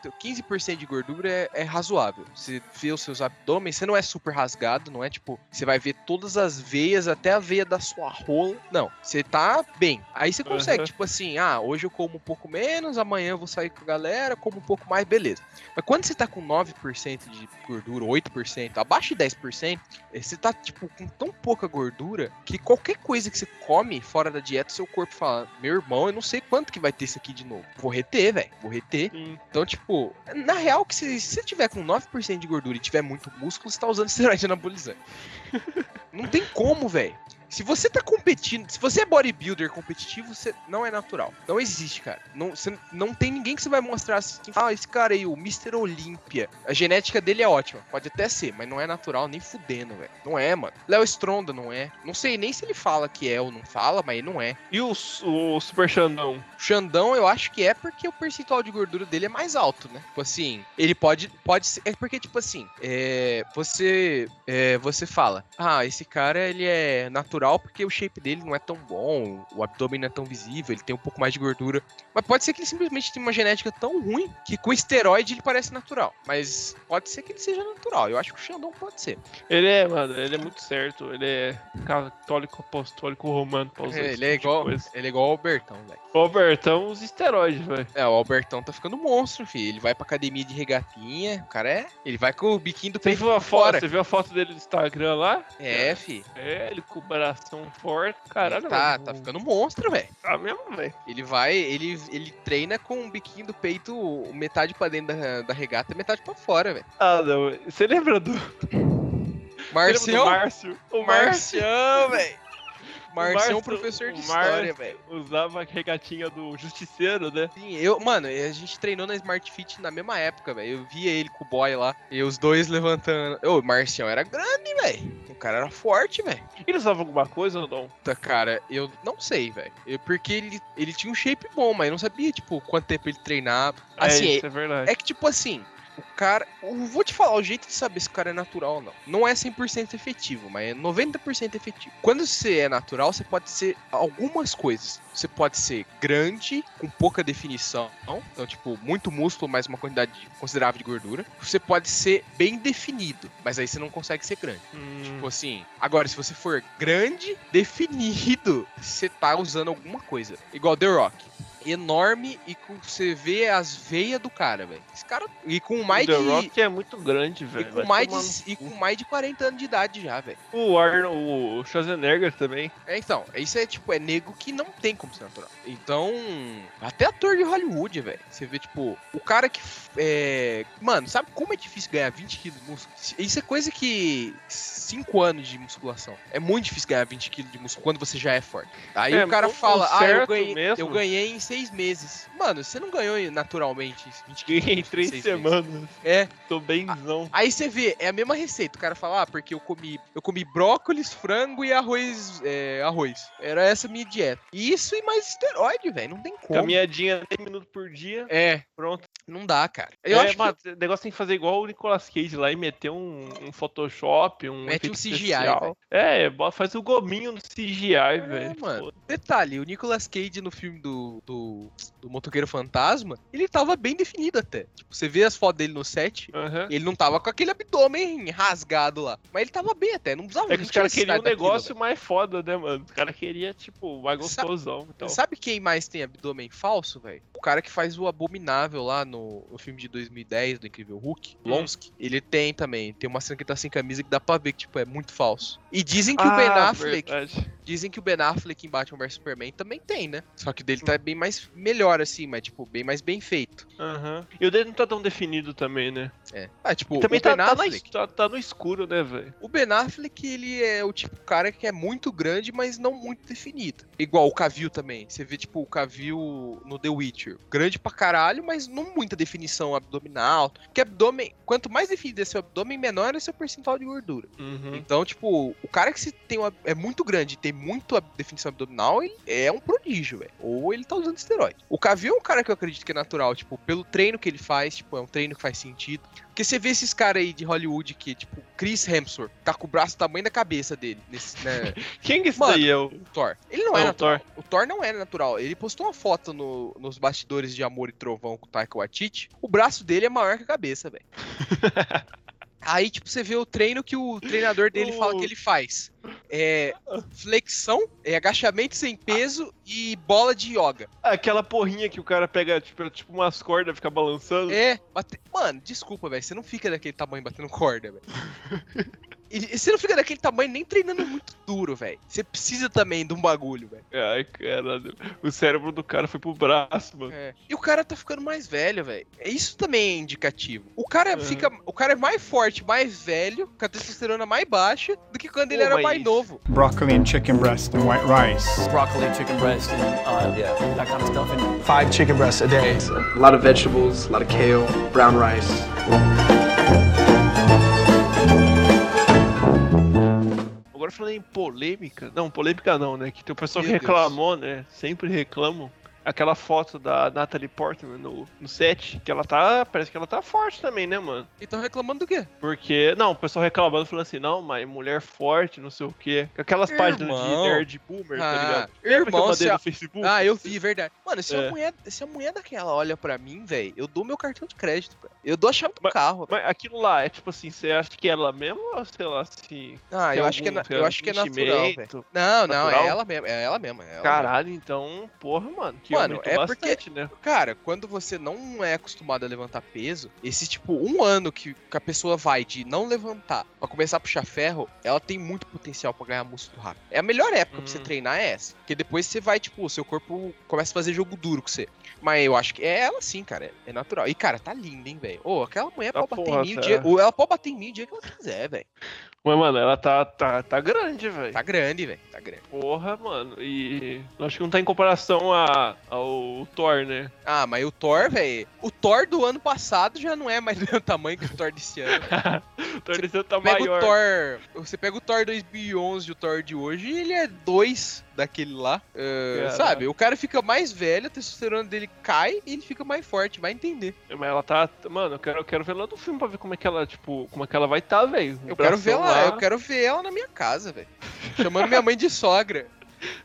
Speaker 1: 15%, 15% de gordura é, é razoável. Você vê os seus abdômen, você não é super rasgado, não é tipo, você vai ver todas as veias, até a veia da sua rola. Não, você tá bem. Aí você consegue,
Speaker 2: Aham.
Speaker 1: tipo assim, ah, hoje eu como um pouco menos, amanhã eu vou sair com a galera, como um pouco mais, beleza. Mas quando você tá com 9% de gordura, 8%, abaixo de 10%, eh, você tá, tipo, com tão pouca gordura que qualquer coisa que você come fora da dieta, seu corpo fala, meu irmão, eu não sei quanto que vai ter isso aqui de novo. Vou reter, velho, vou reter.
Speaker 2: Sim.
Speaker 1: Então, tipo, na real, que se se você tiver com 9% de gordura e tiver muito músculo, você tá usando esteroide anabolizante. não tem como, velho. Se você tá competindo, se você é bodybuilder competitivo, você não é natural. Não existe, cara. Não, você- não tem ninguém que você vai mostrar assim. Ah, esse cara aí, o Mr. Olímpia. A genética dele é ótima. Pode até ser, mas não é natural, nem fudendo, velho. Não é, mano. Léo Stronda não é. Não sei nem se ele fala que é ou não fala, mas ele não é.
Speaker 2: E o, su- o Super Xandão?
Speaker 1: Xandão, eu acho que é porque o percentual de gordura dele é mais alto, né? Tipo assim, ele pode. pode ser, é porque, tipo assim, é, você é, você fala, ah, esse cara ele é natural porque o shape dele não é tão bom, o abdômen não é tão visível, ele tem um pouco mais de gordura. Mas pode ser que ele simplesmente tenha uma genética tão ruim que com esteroide ele parece natural. Mas pode ser que ele seja natural. Eu acho que o Xandão pode ser.
Speaker 2: Ele é, mano, ele é muito certo. Ele é católico, apostólico, romano, pra usar
Speaker 1: É,
Speaker 2: esse
Speaker 1: ele é
Speaker 2: tipo de
Speaker 1: igual-
Speaker 2: coisa.
Speaker 1: Ele é igual o Albertão, velho.
Speaker 2: Ô, Bertão, os esteroides, velho.
Speaker 1: É, o Albertão tá ficando monstro, filho. Ele vai pra academia de regatinha. O cara é. Ele vai com o biquinho do
Speaker 2: Você
Speaker 1: peito
Speaker 2: viu, a
Speaker 1: pra
Speaker 2: foto,
Speaker 1: fora.
Speaker 2: você viu a foto dele no Instagram lá?
Speaker 1: É, fi.
Speaker 2: É, ele com o bração forte. Caralho,
Speaker 1: Ele tá,
Speaker 2: mano,
Speaker 1: tá ficando monstro, velho.
Speaker 2: Tá mesmo, velho.
Speaker 1: Ele vai, ele, ele treina com o biquinho do peito, metade pra dentro da, da regata e metade pra fora, velho.
Speaker 2: Ah, não. Você lembra do, você lembra do
Speaker 1: Marcião.
Speaker 2: Márcio? O
Speaker 1: Marcião, velho.
Speaker 2: Márcio-
Speaker 1: Marcião, um professor de
Speaker 2: o Márcio-
Speaker 1: história, velho.
Speaker 2: usava a regatinha do Justiceiro, né?
Speaker 1: Sim, eu, mano, a gente treinou na Smart Fit na mesma época, velho. Eu via ele com o boy lá e os dois levantando. Ô, o Marcião era grande, velho. O cara era forte, velho.
Speaker 2: Ele usava alguma coisa ou não?
Speaker 1: Puta, cara, eu não sei, velho. Eu- Porque ele, ele tinha um shape bom, mas eu não sabia, tipo, quanto tempo ele treinava.
Speaker 2: é,
Speaker 1: Assim,
Speaker 2: isso é verdade.
Speaker 1: é, que, tipo assim, o cara. Eu vou te falar o jeito de saber se o cara é natural ou não. Não é 100% efetivo, mas é 90% efetivo. Quando você é natural, você pode ser algumas coisas. Você pode ser grande, com pouca definição. Então, tipo, muito músculo, mas uma quantidade considerável de gordura. Você pode ser bem definido, mas aí você não consegue ser grande.
Speaker 2: Hum,
Speaker 1: Tipo assim, agora se você for grande, definido, você tá usando alguma coisa. Igual The Rock. Enorme e com você vê as veias do cara, velho. Esse cara. E com mais
Speaker 2: The
Speaker 1: de.
Speaker 2: Rock é muito grande,
Speaker 1: e,
Speaker 2: velho.
Speaker 1: com
Speaker 2: Vai
Speaker 1: mais
Speaker 2: tomar
Speaker 1: de e com mais de 40 anos de idade já, velho.
Speaker 2: no- O Arnold, o Schwarzenegger também.
Speaker 1: É, então, isso é tipo, é nego que não tem como ser natural. Então, até ator de Hollywood, velho. Você vê, tipo, o cara que. f- É, mano, sabe como é difícil ganhar 20 quilos de músculo? Isso é coisa que. 5 anos de musculação. É muito difícil ganhar 20 quilos de músculo quando você já é forte. Aí
Speaker 2: É,
Speaker 1: o cara
Speaker 2: o- o
Speaker 1: fala, ah, eu
Speaker 2: certo
Speaker 1: ganhei,
Speaker 2: mesmo."
Speaker 1: eu ganhei em 6 meses. Mano, você não ganhou naturalmente 20 quilos.
Speaker 2: Ganhei em três
Speaker 1: Seis
Speaker 2: semanas.
Speaker 1: É.
Speaker 2: Tô bemzão.
Speaker 1: Aí você vê, é a mesma receita. O cara fala, ah, porque eu comi, eu comi brócolis, frango e arroz, é, arroz. Era essa a minha dieta. E isso e mais esteroide, velho. Não tem como.
Speaker 2: Caminhadinha 10 minutos por dia,
Speaker 1: É,
Speaker 2: pronto.
Speaker 1: não dá, cara. Eu
Speaker 2: é,
Speaker 1: acho
Speaker 2: mano, o negócio tem que fazer igual o Nicolas Cage lá e meter um, um Photoshop, um.
Speaker 1: Mete
Speaker 2: efeito
Speaker 1: um CGI,
Speaker 2: especial.
Speaker 1: velho. É,
Speaker 2: É, bota- faz o gominho no CGI, velho. Tipo,
Speaker 1: mano. que... Detalhe, o Nicolas Cage no filme do, do, do Motoqueiro Fantasma, ele tava bem definido até. Tipo, você vê as fotos dele no set...
Speaker 2: Aham. É
Speaker 1: Ele não tava com aquele abdômen rasgado lá. Mas ele tava bem até, não precisava
Speaker 2: É que
Speaker 1: não
Speaker 2: os caras
Speaker 1: tinha
Speaker 2: queriam um
Speaker 1: necessidade daquilo,
Speaker 2: negócio mais foda, né, mano? Os caras queriam, tipo, mais
Speaker 1: Sabe-
Speaker 2: gostosão e tal.
Speaker 1: Sabe quem mais tem abdômen falso, velho? O cara que faz o Abominável lá no, no filme de 2010 do Incrível Hulk,
Speaker 2: Hum.
Speaker 1: Lonsky. Ele tem também. Tem uma cena que tá sem camisa que dá pra ver que, tipo, é muito falso. E dizem que o Ben
Speaker 2: Ah,
Speaker 1: Affleck,
Speaker 2: verdade.
Speaker 1: dizem que o Ben Affleck em Batman vs Superman também tem, né? Só que o dele
Speaker 2: Hum.
Speaker 1: tá bem mais melhor, assim, mas, tipo, bem mais bem feito.
Speaker 2: Aham. E o dele não tá tão definido também, né?
Speaker 1: É. Ah, tipo,
Speaker 2: Também
Speaker 1: o
Speaker 2: tá,
Speaker 1: Ben
Speaker 2: tá, na,
Speaker 1: Affleck.
Speaker 2: es- tá, tá no escuro, né, velho?
Speaker 1: O Ben Affleck, ele é o tipo de cara que é muito grande, mas não muito definido. Igual o Cavill também. Você vê, tipo, o Cavill no The Witch. glúteo grande pra caralho, mas não muita definição abdominal. Porque abdômen, quanto mais definido é seu abdômen, menor é seu percentual de gordura.
Speaker 2: Uhum.
Speaker 1: Então, tipo, o cara que se tem uma- é muito grande e tem muito ab- definição abdominal, ele é um prodígio, velho. Ou ele tá usando esteroide. O Cavill é um cara que eu acredito que é natural, tipo, pelo treino que ele faz, tipo, é um treino que faz sentido. Porque você vê esses caras aí de Hollywood que, tipo, Chris Hemsworth, tá com o braço do tamanho da cabeça dele, nesse, né,
Speaker 2: Quem que é isso
Speaker 1: Mano,
Speaker 2: daí? É o,
Speaker 1: Thor. Ele não,
Speaker 2: é
Speaker 1: é
Speaker 2: o
Speaker 1: natural.
Speaker 2: Thor?
Speaker 1: O Thor não era natural. Ele postou uma foto no- nos bastidores de Amor e Trovão com o Taika Waititi. O braço dele é maior que a cabeça, velho. Aí, tipo, você vê o treino que o treinador dele fala que ele faz. É flexão, é agachamento sem peso e bola de yoga.
Speaker 2: Aquela porrinha que o cara pega, tipo, tipo umas cordas, fica balançando.
Speaker 1: É, bate... mano, desculpa, velho, você não fica daquele tamanho batendo corda, velho. E e você não fica daquele tamanho nem treinando muito duro, velho. Você precisa também de um bagulho, velho.
Speaker 2: Ai, caralho. O cérebro do cara foi pro braço, mano.
Speaker 1: É. E o cara tá ficando mais velho, velho. É Isso também é indicativo. O cara
Speaker 2: É.
Speaker 1: fica. O cara é mais forte, mais velho, com a testosterona mais baixa do que quando ele
Speaker 2: Pô,
Speaker 1: era
Speaker 2: mas-
Speaker 1: mais novo.
Speaker 5: broccoli and chicken breast and white rice.
Speaker 6: broccoli, chicken breast, and uh, yeah, that kind of stuff. And
Speaker 7: five chicken breasts a day. So, a lot of vegetables, a lot of kale, brown rice.
Speaker 2: Agora falando em polêmica. Não, polêmica não, né? Que tem o pessoal que
Speaker 1: Meu Deus.
Speaker 2: reclamou, né? Sempre reclamam. Aquela foto da Natalie Portman no, no set, que ela tá. Parece que ela tá forte também, né, mano?
Speaker 1: Então reclamando do quê?
Speaker 2: Porque. Não, o pessoal reclamando, falando assim, não, mas mulher forte, não sei o quê. Aquelas páginas de
Speaker 1: Irmão.
Speaker 2: nerd boomer, tá
Speaker 1: Ah,
Speaker 2: ligado? Lembra que eu
Speaker 1: Irmão,
Speaker 2: mandei
Speaker 1: se
Speaker 2: no
Speaker 1: a...
Speaker 2: Facebook?
Speaker 1: Ah, eu vi, verdade. Mano, se,
Speaker 2: É.
Speaker 1: a mulher, se a mulher daquela olha pra mim, velho, eu dou meu cartão de crédito, velho. Eu dou a chave do
Speaker 2: Mas-
Speaker 1: carro.
Speaker 2: Mas aquilo lá, é tipo assim, você acha que é ela mesmo ou sei lá, assim.
Speaker 1: Ah,
Speaker 2: tem
Speaker 1: eu acho, que é,
Speaker 2: algum,
Speaker 1: na-
Speaker 2: sei
Speaker 1: eu
Speaker 2: lá,
Speaker 1: acho que é natural, velho.
Speaker 2: investimento?
Speaker 1: Não, não,
Speaker 2: Natural?
Speaker 1: é ela mesma. É ela mesma. é ela mesma.
Speaker 2: Caralho, então, porra, mano. Que
Speaker 1: Mano,
Speaker 2: aumentou
Speaker 1: é porque-
Speaker 2: bastante, né?
Speaker 1: Cara, quando você não é acostumado a levantar peso, esse tipo, um ano que, que a pessoa vai de não levantar pra começar a puxar ferro, ela tem muito potencial pra ganhar músculo rápido. É a melhor época pra você
Speaker 2: Hum.
Speaker 1: treinar é essa. Porque depois você vai, tipo, o seu corpo começa a fazer jogo duro com você. Mas eu acho que é ela sim, cara. É natural. E, cara, tá linda, hein, velho. Ô, aquela mulher
Speaker 2: Tá
Speaker 1: pode bater
Speaker 2: porra,
Speaker 1: em mim o
Speaker 2: tá.
Speaker 1: dia. Ou ela pode bater em mim o dia que ela quiser, velho.
Speaker 2: Mas, mano, ela tá, tá, tá grande, velho.
Speaker 1: Tá grande, velho. Tá grande.
Speaker 2: Porra, mano. E eu acho que não tá em comparação a, ao Thor, né?
Speaker 1: Ah, mas o Thor, velho. O Thor do ano passado já não é mais do mesmo tamanho que o Thor desse ano.
Speaker 2: o Thor desse tá
Speaker 1: pega o
Speaker 2: maior.
Speaker 1: Thor. Você pega o Thor 2011 e o Thor de hoje, ele é dois daquele lá. Ah,
Speaker 2: Cara.
Speaker 1: sabe? O cara fica mais velho, a testosterona dele cai e ele fica mais forte, vai entender.
Speaker 2: Mas ela tá. Mano, eu quero, eu quero ver ela no filme pra ver como é que ela, tipo, como é que ela vai tá, velho. O
Speaker 1: Eu quero ver
Speaker 2: bração
Speaker 1: ela, eu quero ver ela na minha casa, velho. Chamando minha mãe de sogra.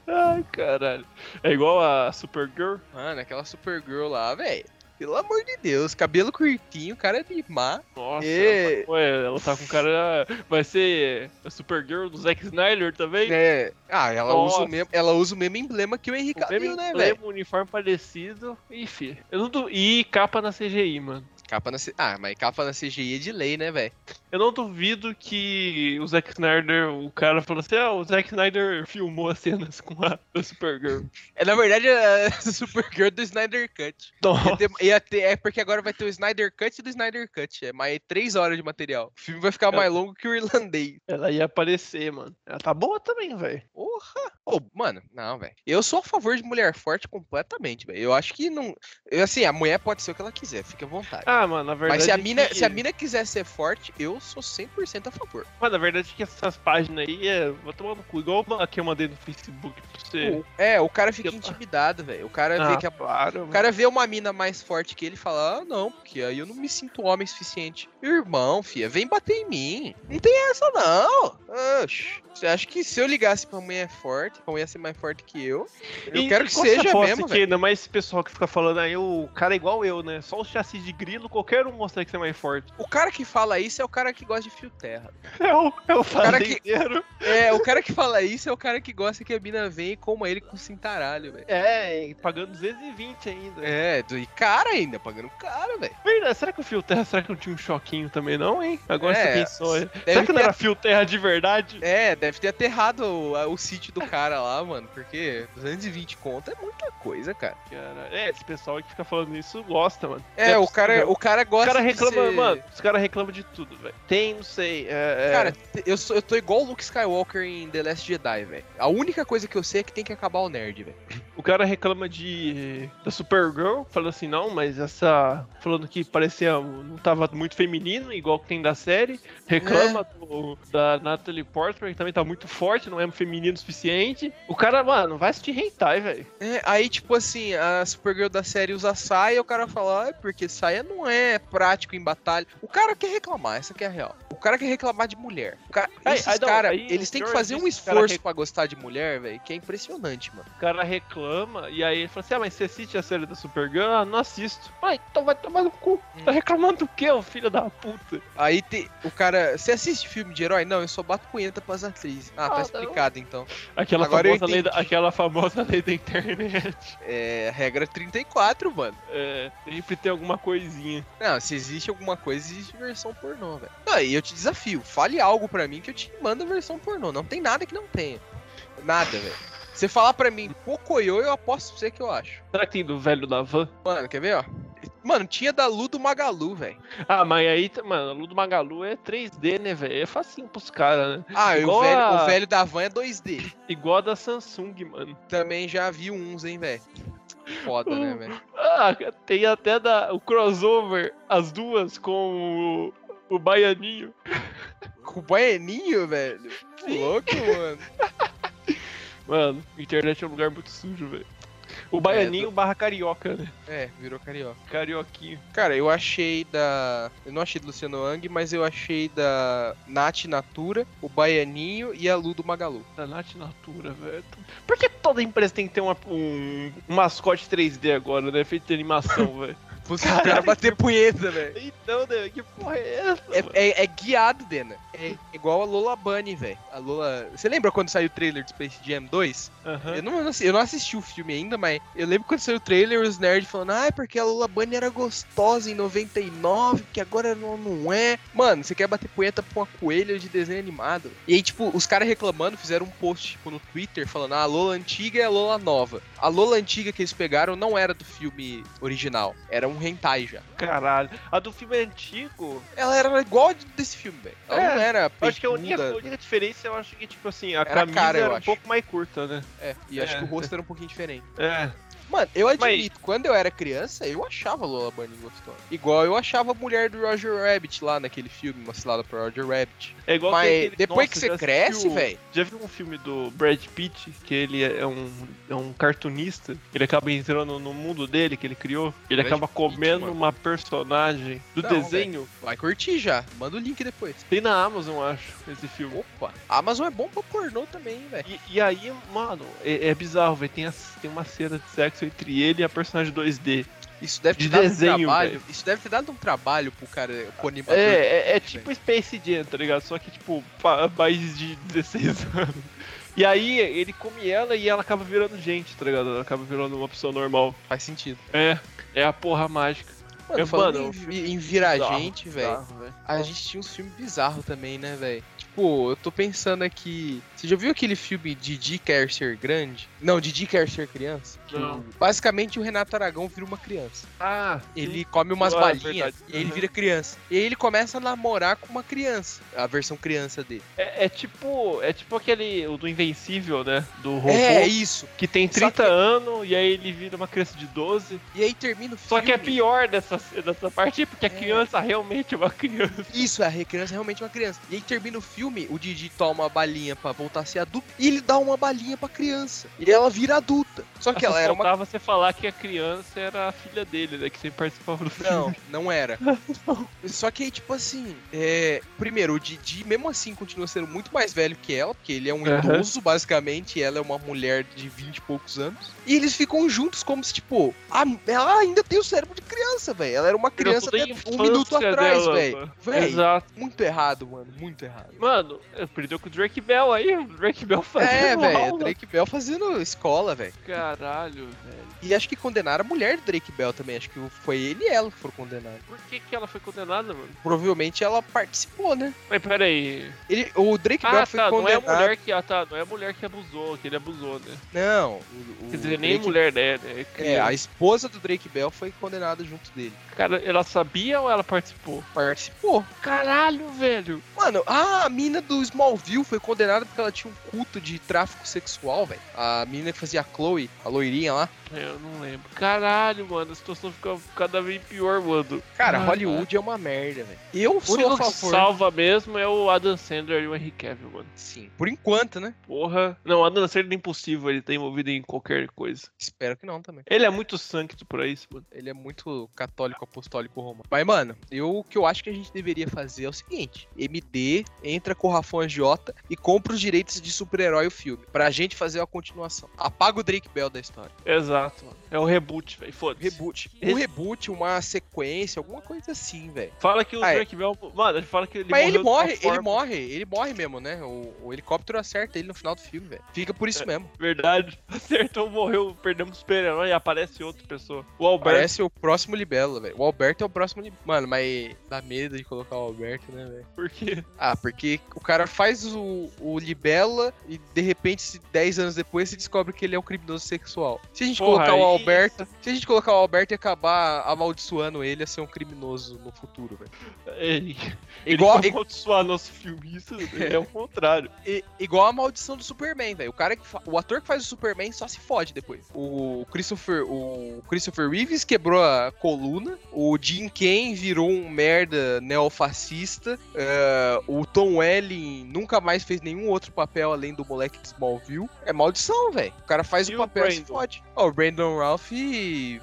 Speaker 2: Ai, caralho. É igual a Supergirl?
Speaker 1: Mano, aquela Supergirl lá, velho. Pelo amor de Deus, cabelo curtinho, cara de má.
Speaker 2: Nossa,
Speaker 1: E-
Speaker 2: ela tá- ué, ela tá com cara. Vai ser a Supergirl do Zack Snyder também?
Speaker 1: É, ah, ela usa,
Speaker 2: Nossa.
Speaker 1: o mesmo, ela usa o mesmo emblema que o Henrique
Speaker 2: O
Speaker 1: Cavill,
Speaker 2: mesmo
Speaker 1: né, velho?
Speaker 2: emblema, uniforme parecido. E, fi, eu não du... e capa na CGI, mano.
Speaker 1: Capa na C- Ah, mas capa na CGI é de lei, né, velho?
Speaker 2: Eu não duvido que o Zack Snyder, o cara falou assim: ah, o Zack Snyder filmou as cenas com a a Supergirl.
Speaker 1: É, na verdade, é a Supergirl do Snyder Cut. Ia
Speaker 2: Nossa,
Speaker 1: ter- ia ter- é porque agora vai ter o Snyder Cut do Snyder Cut. É mais três horas de material. O filme vai
Speaker 2: É.
Speaker 1: ficar mais longo que o irlandês.
Speaker 2: ela ia aparecer, mano. Ela tá boa também, velho.
Speaker 1: Porra! Ô, mano, não, velho. Eu sou a favor de mulher forte completamente, velho. Eu acho que não. eu, assim, a mulher pode ser o que ela quiser, fica à vontade.
Speaker 2: Ah, mano, na verdade.
Speaker 1: Mas se a,
Speaker 2: é
Speaker 1: mina,
Speaker 2: que-
Speaker 1: se a mina quiser ser forte, eu sou 100% a favor.
Speaker 2: Mano, na verdade é que essas páginas aí é. Vou tomar no cu, igual uma que eu mandei no Facebook pra você.
Speaker 1: O- É, o cara fica
Speaker 2: Eu- Ah.
Speaker 1: intimidado, velho. O cara vê que a
Speaker 2: claro,
Speaker 1: O cara vê uma mina mais forte que ele e fala, ah, não, porque aí eu não me sinto homem suficiente. Irmão, fia, vem bater em mim. Não tem essa, não. Oxi. Você acha que se eu ligasse pra mulher forte, pra mulher ser mais forte que eu, eu
Speaker 2: E-
Speaker 1: quero
Speaker 2: e
Speaker 1: que
Speaker 2: qual você
Speaker 1: seja
Speaker 2: aposta
Speaker 1: mesmo,
Speaker 2: que
Speaker 1: velho.
Speaker 2: Ainda mais esse pessoal que fica falando aí, o cara é igual eu, né? Só o chassi de grilo, qualquer um mostra que você é mais forte.
Speaker 1: O cara que fala isso é o cara que gosta de fio terra.
Speaker 2: É o, é o
Speaker 1: cara que-
Speaker 2: fazendeiro.
Speaker 1: É, o cara que fala isso é o cara que gosta que a mina vem e coma ele com cintaralho, velho.
Speaker 2: É, e pagando 220 ainda. É.
Speaker 1: É, do, e cara ainda, pagando cara, velho.
Speaker 2: Verdade, será que o Fio Terra, será que não tinha um choquinho também não, hein? Agora
Speaker 1: É,
Speaker 2: você pensou. é.
Speaker 1: deve
Speaker 2: Será que não
Speaker 1: ter-
Speaker 2: era Fio Terra de verdade?
Speaker 1: É, deve ter aterrado o, a- o sítio do cara lá, mano, porque 220 conto é muita coisa, cara.
Speaker 2: Cara, é, esse pessoal que fica falando isso gosta, mano.
Speaker 1: É, o cara,
Speaker 2: possível.
Speaker 1: o cara
Speaker 2: Os
Speaker 1: gosta
Speaker 2: caras
Speaker 1: de
Speaker 2: reclamam,
Speaker 1: ser-
Speaker 2: mano, os caras reclamam de tudo, velho. Tem, não sei, é... é-
Speaker 1: Cara, te- eu, sou- eu tô igual o Luke Skywalker em The Last Jedi, velho. A única coisa que eu sei é que tem que acabar o nerd, velho.
Speaker 2: O cara reclama de da Supergirl, falando assim, não, mas essa. Falando que parecia. não tava muito feminino, igual que tem da série. Reclama do- da Natalie Portman, que também tá muito forte, não é feminino o suficiente. O cara, mano, vai assistir hentai, velho.
Speaker 1: É, aí, tipo assim, a Supergirl da série usa saia e o cara fala, ah, é porque saia não é prático em batalha. O cara quer reclamar, essa que é a real. O cara quer reclamar de mulher. O cara,
Speaker 2: Aí-
Speaker 1: esses
Speaker 2: aí não,
Speaker 1: cara,
Speaker 2: aí
Speaker 1: eles
Speaker 2: o
Speaker 1: têm que
Speaker 2: George
Speaker 1: fazer um
Speaker 2: disse que o cara
Speaker 1: esforço
Speaker 2: rec-
Speaker 1: pra gostar de mulher, velho, que é impressionante, mano.
Speaker 2: O cara reclama, e aí ele fala assim: ah, mas você assiste a série da Supergirl? Ah, não assisto. Ah, então vai tomar no cu. Tá reclamando do quê, ô filho da puta?
Speaker 1: Aí tem, o cara, você assiste filme de herói? Não, eu só bato punheta pras atrizes. Ah,
Speaker 2: Ah,
Speaker 1: tá
Speaker 2: não.
Speaker 1: explicado então.
Speaker 2: Aquela,
Speaker 1: Agora eu
Speaker 2: famosa lei, da,
Speaker 1: entendi.
Speaker 2: aquela famosa lei da internet.
Speaker 1: É, regra 34, mano.
Speaker 2: É, sempre tem alguma coisinha.
Speaker 1: Não, se existe alguma coisa, existe versão pornô, velho. Não, e eu te desafio, fale algo pra mim que eu te mando a versão pornô. Não tem nada que não tenha. Nada, velho. Você falar pra mim Pocoyo, eu aposto pra você que eu acho.
Speaker 2: Será que tem do velho da van?
Speaker 1: Mano, quer ver, ó? Mano, tinha da Lu do Magalu, velho.
Speaker 2: Ah, mas aí, t- mano, a Lu do Magalu é 3D, né, velho? É facinho pros caras, né?
Speaker 1: Ah, e o,
Speaker 2: Igual
Speaker 1: velho,
Speaker 2: a-
Speaker 1: o velho da van é 2D.
Speaker 2: Igual a da Samsung, mano.
Speaker 1: Também já vi uns, hein, velho. Foda, né, velho?
Speaker 2: Ah, tem até da, o crossover, as duas com o, o Baianinho.
Speaker 1: Com o baianinho, velho. Que Louco, mano.
Speaker 2: Mano, internet é um lugar muito sujo, velho. O Baianinho barra Carioca, né?
Speaker 1: É, virou carioca.
Speaker 2: Carioquinho.
Speaker 1: Cara, eu achei da. Eu não achei do Luciano Ang, mas eu achei da Nath Natura, o Baianinho e a Lu do Magalu.
Speaker 2: Da Nath Natura, velho. Por que toda empresa tem que ter uma- um, um mascote 3D agora, né? Feito de animação, velho.
Speaker 1: Os caras bater punheta, velho.
Speaker 2: Então, né? Que porra é essa? mano?
Speaker 1: É, é- é guiado, Dena. É igual a Lola Bunny, velho. A Lola. Você lembra quando saiu o trailer de Space Jam 2?
Speaker 2: Aham.
Speaker 1: Eu, não, eu não assi- eu não assisti o filme ainda, mas eu lembro quando saiu o trailer, os nerds falando, ah, é porque a Lola Bunny era gostosa em 99, que agora ela não é. Mano, você quer bater punheta pra uma coelha de desenho animado. E aí, tipo, os caras reclamando, fizeram um post, tipo, no Twitter, falando, ah, a Lola antiga é a Lola nova. A Lola antiga que eles pegaram não era do filme original, era um hentai já.
Speaker 2: Caralho. A do filme é antigo.
Speaker 1: Ela era igual a desse filme, velho. Ela
Speaker 2: É,
Speaker 1: não era
Speaker 2: Eu acho que a única, a
Speaker 1: peituda.
Speaker 2: única diferença, eu acho que, tipo assim, a
Speaker 1: Era
Speaker 2: camisa
Speaker 1: cara, eu
Speaker 2: era um
Speaker 1: acho.
Speaker 2: pouco mais curta, né?
Speaker 1: É, e acho
Speaker 2: É.
Speaker 1: que o rosto era um pouquinho diferente.
Speaker 2: É.
Speaker 1: Mano, eu admito, quando eu era criança, eu achava a Lola Bunny gostosa. Igual eu achava a mulher do Roger Rabbit lá naquele filme, uma cilada pro Roger Rabbit.
Speaker 2: É igual
Speaker 1: Mas
Speaker 2: tem aquele-
Speaker 1: depois
Speaker 2: Nossa,
Speaker 1: que
Speaker 2: já
Speaker 1: você
Speaker 2: assistiu-
Speaker 1: cresce, velho.
Speaker 2: Já viu um filme do Brad Pitt, que ele é um, é um cartunista, ele acaba entrando no mundo dele que ele criou, ele
Speaker 1: Brad
Speaker 2: acaba
Speaker 1: Pitt,
Speaker 2: comendo
Speaker 1: mano.
Speaker 2: uma personagem do
Speaker 1: Não,
Speaker 2: desenho.
Speaker 1: Vai curtir já. Manda o link depois.
Speaker 2: Tem na Amazon, eu acho, esse filme.
Speaker 1: Opa, a Amazon é bom pra pornô também, velho.
Speaker 2: E, e aí, mano, é, é bizarro, velho. Tem, as- tem uma cena de sexo entre ele e a personagem 2D.
Speaker 1: Isso deve ter
Speaker 2: De
Speaker 1: dado
Speaker 2: desenho,
Speaker 1: um trabalho.
Speaker 2: velho.
Speaker 1: Isso deve ter dado um trabalho pro cara, pro animador.
Speaker 2: É, é, é
Speaker 1: velho.
Speaker 2: tipo Space Jam, tá ligado? Só que, tipo, pa- mais de 16 anos. E aí, ele come ela e ela acaba virando gente, tá ligado? Ela acaba virando uma pessoa normal.
Speaker 1: Faz sentido.
Speaker 2: É, é a porra mágica.
Speaker 1: Mano,
Speaker 2: Eu-
Speaker 1: falando
Speaker 2: mano,
Speaker 1: em, vi- em virar
Speaker 2: bizarro,
Speaker 1: gente, velho.
Speaker 2: Tá.
Speaker 1: A gente tinha uns filmes bizarros também, né, velho? Tipo, eu tô pensando aqui. Você já viu aquele filme Didi Quer Ser Grande? Não, Didi Quer Ser Criança? Que
Speaker 2: Não.
Speaker 1: Basicamente o Renato Aragão vira uma criança.
Speaker 2: Ah,
Speaker 1: Ele come umas
Speaker 2: Ah, é
Speaker 1: balinhas
Speaker 2: verdade.
Speaker 1: e ele
Speaker 2: Uhum.
Speaker 1: vira criança. E aí ele começa a namorar com uma criança. A versão criança dele.
Speaker 2: É, é tipo. É tipo aquele. O do Invencível, né? Do robô.
Speaker 1: É isso.
Speaker 2: que tem
Speaker 1: só
Speaker 2: 30
Speaker 1: que-
Speaker 2: anos e aí ele vira uma criança de 12.
Speaker 1: E aí termina o filme.
Speaker 2: Só que é pior dessa, dessa parte, porque a
Speaker 1: É.
Speaker 2: criança realmente é uma criança.
Speaker 1: Isso, a criança é realmente uma criança. E aí termina o filme, o Didi toma uma balinha pra voltar a ser adulto e ele dá uma balinha pra criança. E ela vira adulta. Só que ela era uma.
Speaker 2: Faltava você falar que a criança era a filha dele, né? Que sempre participava do filme.
Speaker 1: Não, não era. Só que aí, tipo assim, é, primeiro, o Didi, mesmo assim, continua sendo muito mais velho que ela, porque ele é um
Speaker 2: Aham.
Speaker 1: idoso, basicamente, e ela é uma mulher de 20 e poucos anos. E eles ficam juntos como se, tipo, a- ela ainda tem o cérebro de criança, velho. Ela era uma criança
Speaker 2: toda a
Speaker 1: até um
Speaker 2: infância
Speaker 1: minuto atrás,
Speaker 2: dela,
Speaker 1: velho.
Speaker 2: mano.
Speaker 1: Velho,
Speaker 2: Exato.
Speaker 1: muito errado, mano, muito errado.
Speaker 2: Mano, perdeu com o Drake Bell aí. O Drake Bell fazendo
Speaker 1: É, velho,
Speaker 2: aula.
Speaker 1: Drake Bell fazendo escola, velho.
Speaker 2: Caralho, velho.
Speaker 1: E acho que condenaram a mulher do Drake Bell também. Acho que foi ele e ela que foram condenados.
Speaker 2: Por que, que ela foi condenada, mano?
Speaker 1: Provavelmente ela participou, né?
Speaker 2: Mas peraí.
Speaker 1: Ele, o Drake
Speaker 2: Ah,
Speaker 1: Bell foi
Speaker 2: tá, não é a
Speaker 1: condenado.
Speaker 2: mulher que. Ah, tá, não é a mulher que abusou, que ele abusou, né?
Speaker 1: Não, o- o
Speaker 2: Quer dizer, nem
Speaker 1: Drake-
Speaker 2: mulher dela, né?
Speaker 1: É, a esposa do Drake Bell foi condenada junto dele.
Speaker 2: Cara, ela sabia ou ela participou?
Speaker 1: Participou.
Speaker 2: Caralho, velho.
Speaker 1: Mano, ah, a mina do Smallville foi condenada porque ela tinha um culto de tráfico sexual, velho. A menina que fazia a Chloe, a loirinha lá.
Speaker 2: É, eu não lembro. Caralho, mano, a situação fica cada vez pior, mano.
Speaker 1: Cara,
Speaker 2: Ah,
Speaker 1: Hollywood é uma merda, velho. Eu
Speaker 2: O
Speaker 1: sou a
Speaker 2: único que
Speaker 1: favor.
Speaker 2: salva mesmo é o Adam Sandler e o Henry Cavill, mano.
Speaker 1: Sim. Por enquanto, né?
Speaker 2: Porra. Não, o Adam Sandler é impossível, ele tá envolvido em qualquer coisa.
Speaker 1: Espero que não também.
Speaker 2: Ele é muito santo pra isso, mano.
Speaker 1: Ele é muito católico, apostólico romano. Mas, mano, eu, o que eu acho que a gente deveria fazer é o seguinte: MD entra com o Rafão Agiota e compra os direitos de super-herói o filme. Pra gente fazer a continuação. Apaga o Drake Bell da história.
Speaker 2: Exato, mano. É o reboot, velho. Foda-se.
Speaker 1: Reboot. Um
Speaker 2: Esse-
Speaker 1: reboot, uma sequência, alguma coisa assim, velho.
Speaker 2: Fala que o
Speaker 1: Ah, é.
Speaker 2: Drake Bell. Mano, fala que ele
Speaker 1: Mas ele
Speaker 2: morreu de
Speaker 1: morre,
Speaker 2: uma
Speaker 1: ele
Speaker 2: forma-
Speaker 1: morre, ele morre mesmo, né? O, o helicóptero acerta ele no final do filme, velho. Fica por
Speaker 2: É,
Speaker 1: isso mesmo.
Speaker 2: Verdade. Acertou, morreu, perdemos o super-herói e aparece outra pessoa. O Alberto.
Speaker 1: Parece o próximo libelo, velho. O Alberto é o próximo libelo. Mano, mas dá medo de colocar o Alberto, né, velho?
Speaker 2: Por quê?
Speaker 1: Ah, porque o cara faz o, o Libela e de repente, se 10 anos depois, se descobre que ele é um criminoso sexual. Se a gente
Speaker 2: Porra,
Speaker 1: colocar o
Speaker 2: isso.
Speaker 1: Alberto. Se a gente colocar o Alberto e acabar amaldiçoando ele a ser um criminoso no futuro, velho.
Speaker 2: Ele,
Speaker 1: É Igual,
Speaker 2: ele vai amaldiçoar nosso filme, isso é o contrário.
Speaker 1: i- igual a maldição do Superman, velho. O cara que fa- o ator que faz o Superman só se fode depois. O Christopher, o Christopher Reeves quebrou a coluna, o Jim Ken virou um merda neofascista, eh, o Tom Welling nunca mais fez nenhum outro papel além do moleque de Smallville. É maldição, velho. O cara faz
Speaker 2: E
Speaker 1: o
Speaker 2: o
Speaker 1: papel e se
Speaker 2: Brandon?
Speaker 1: fode. Ó, o Brandon Ralph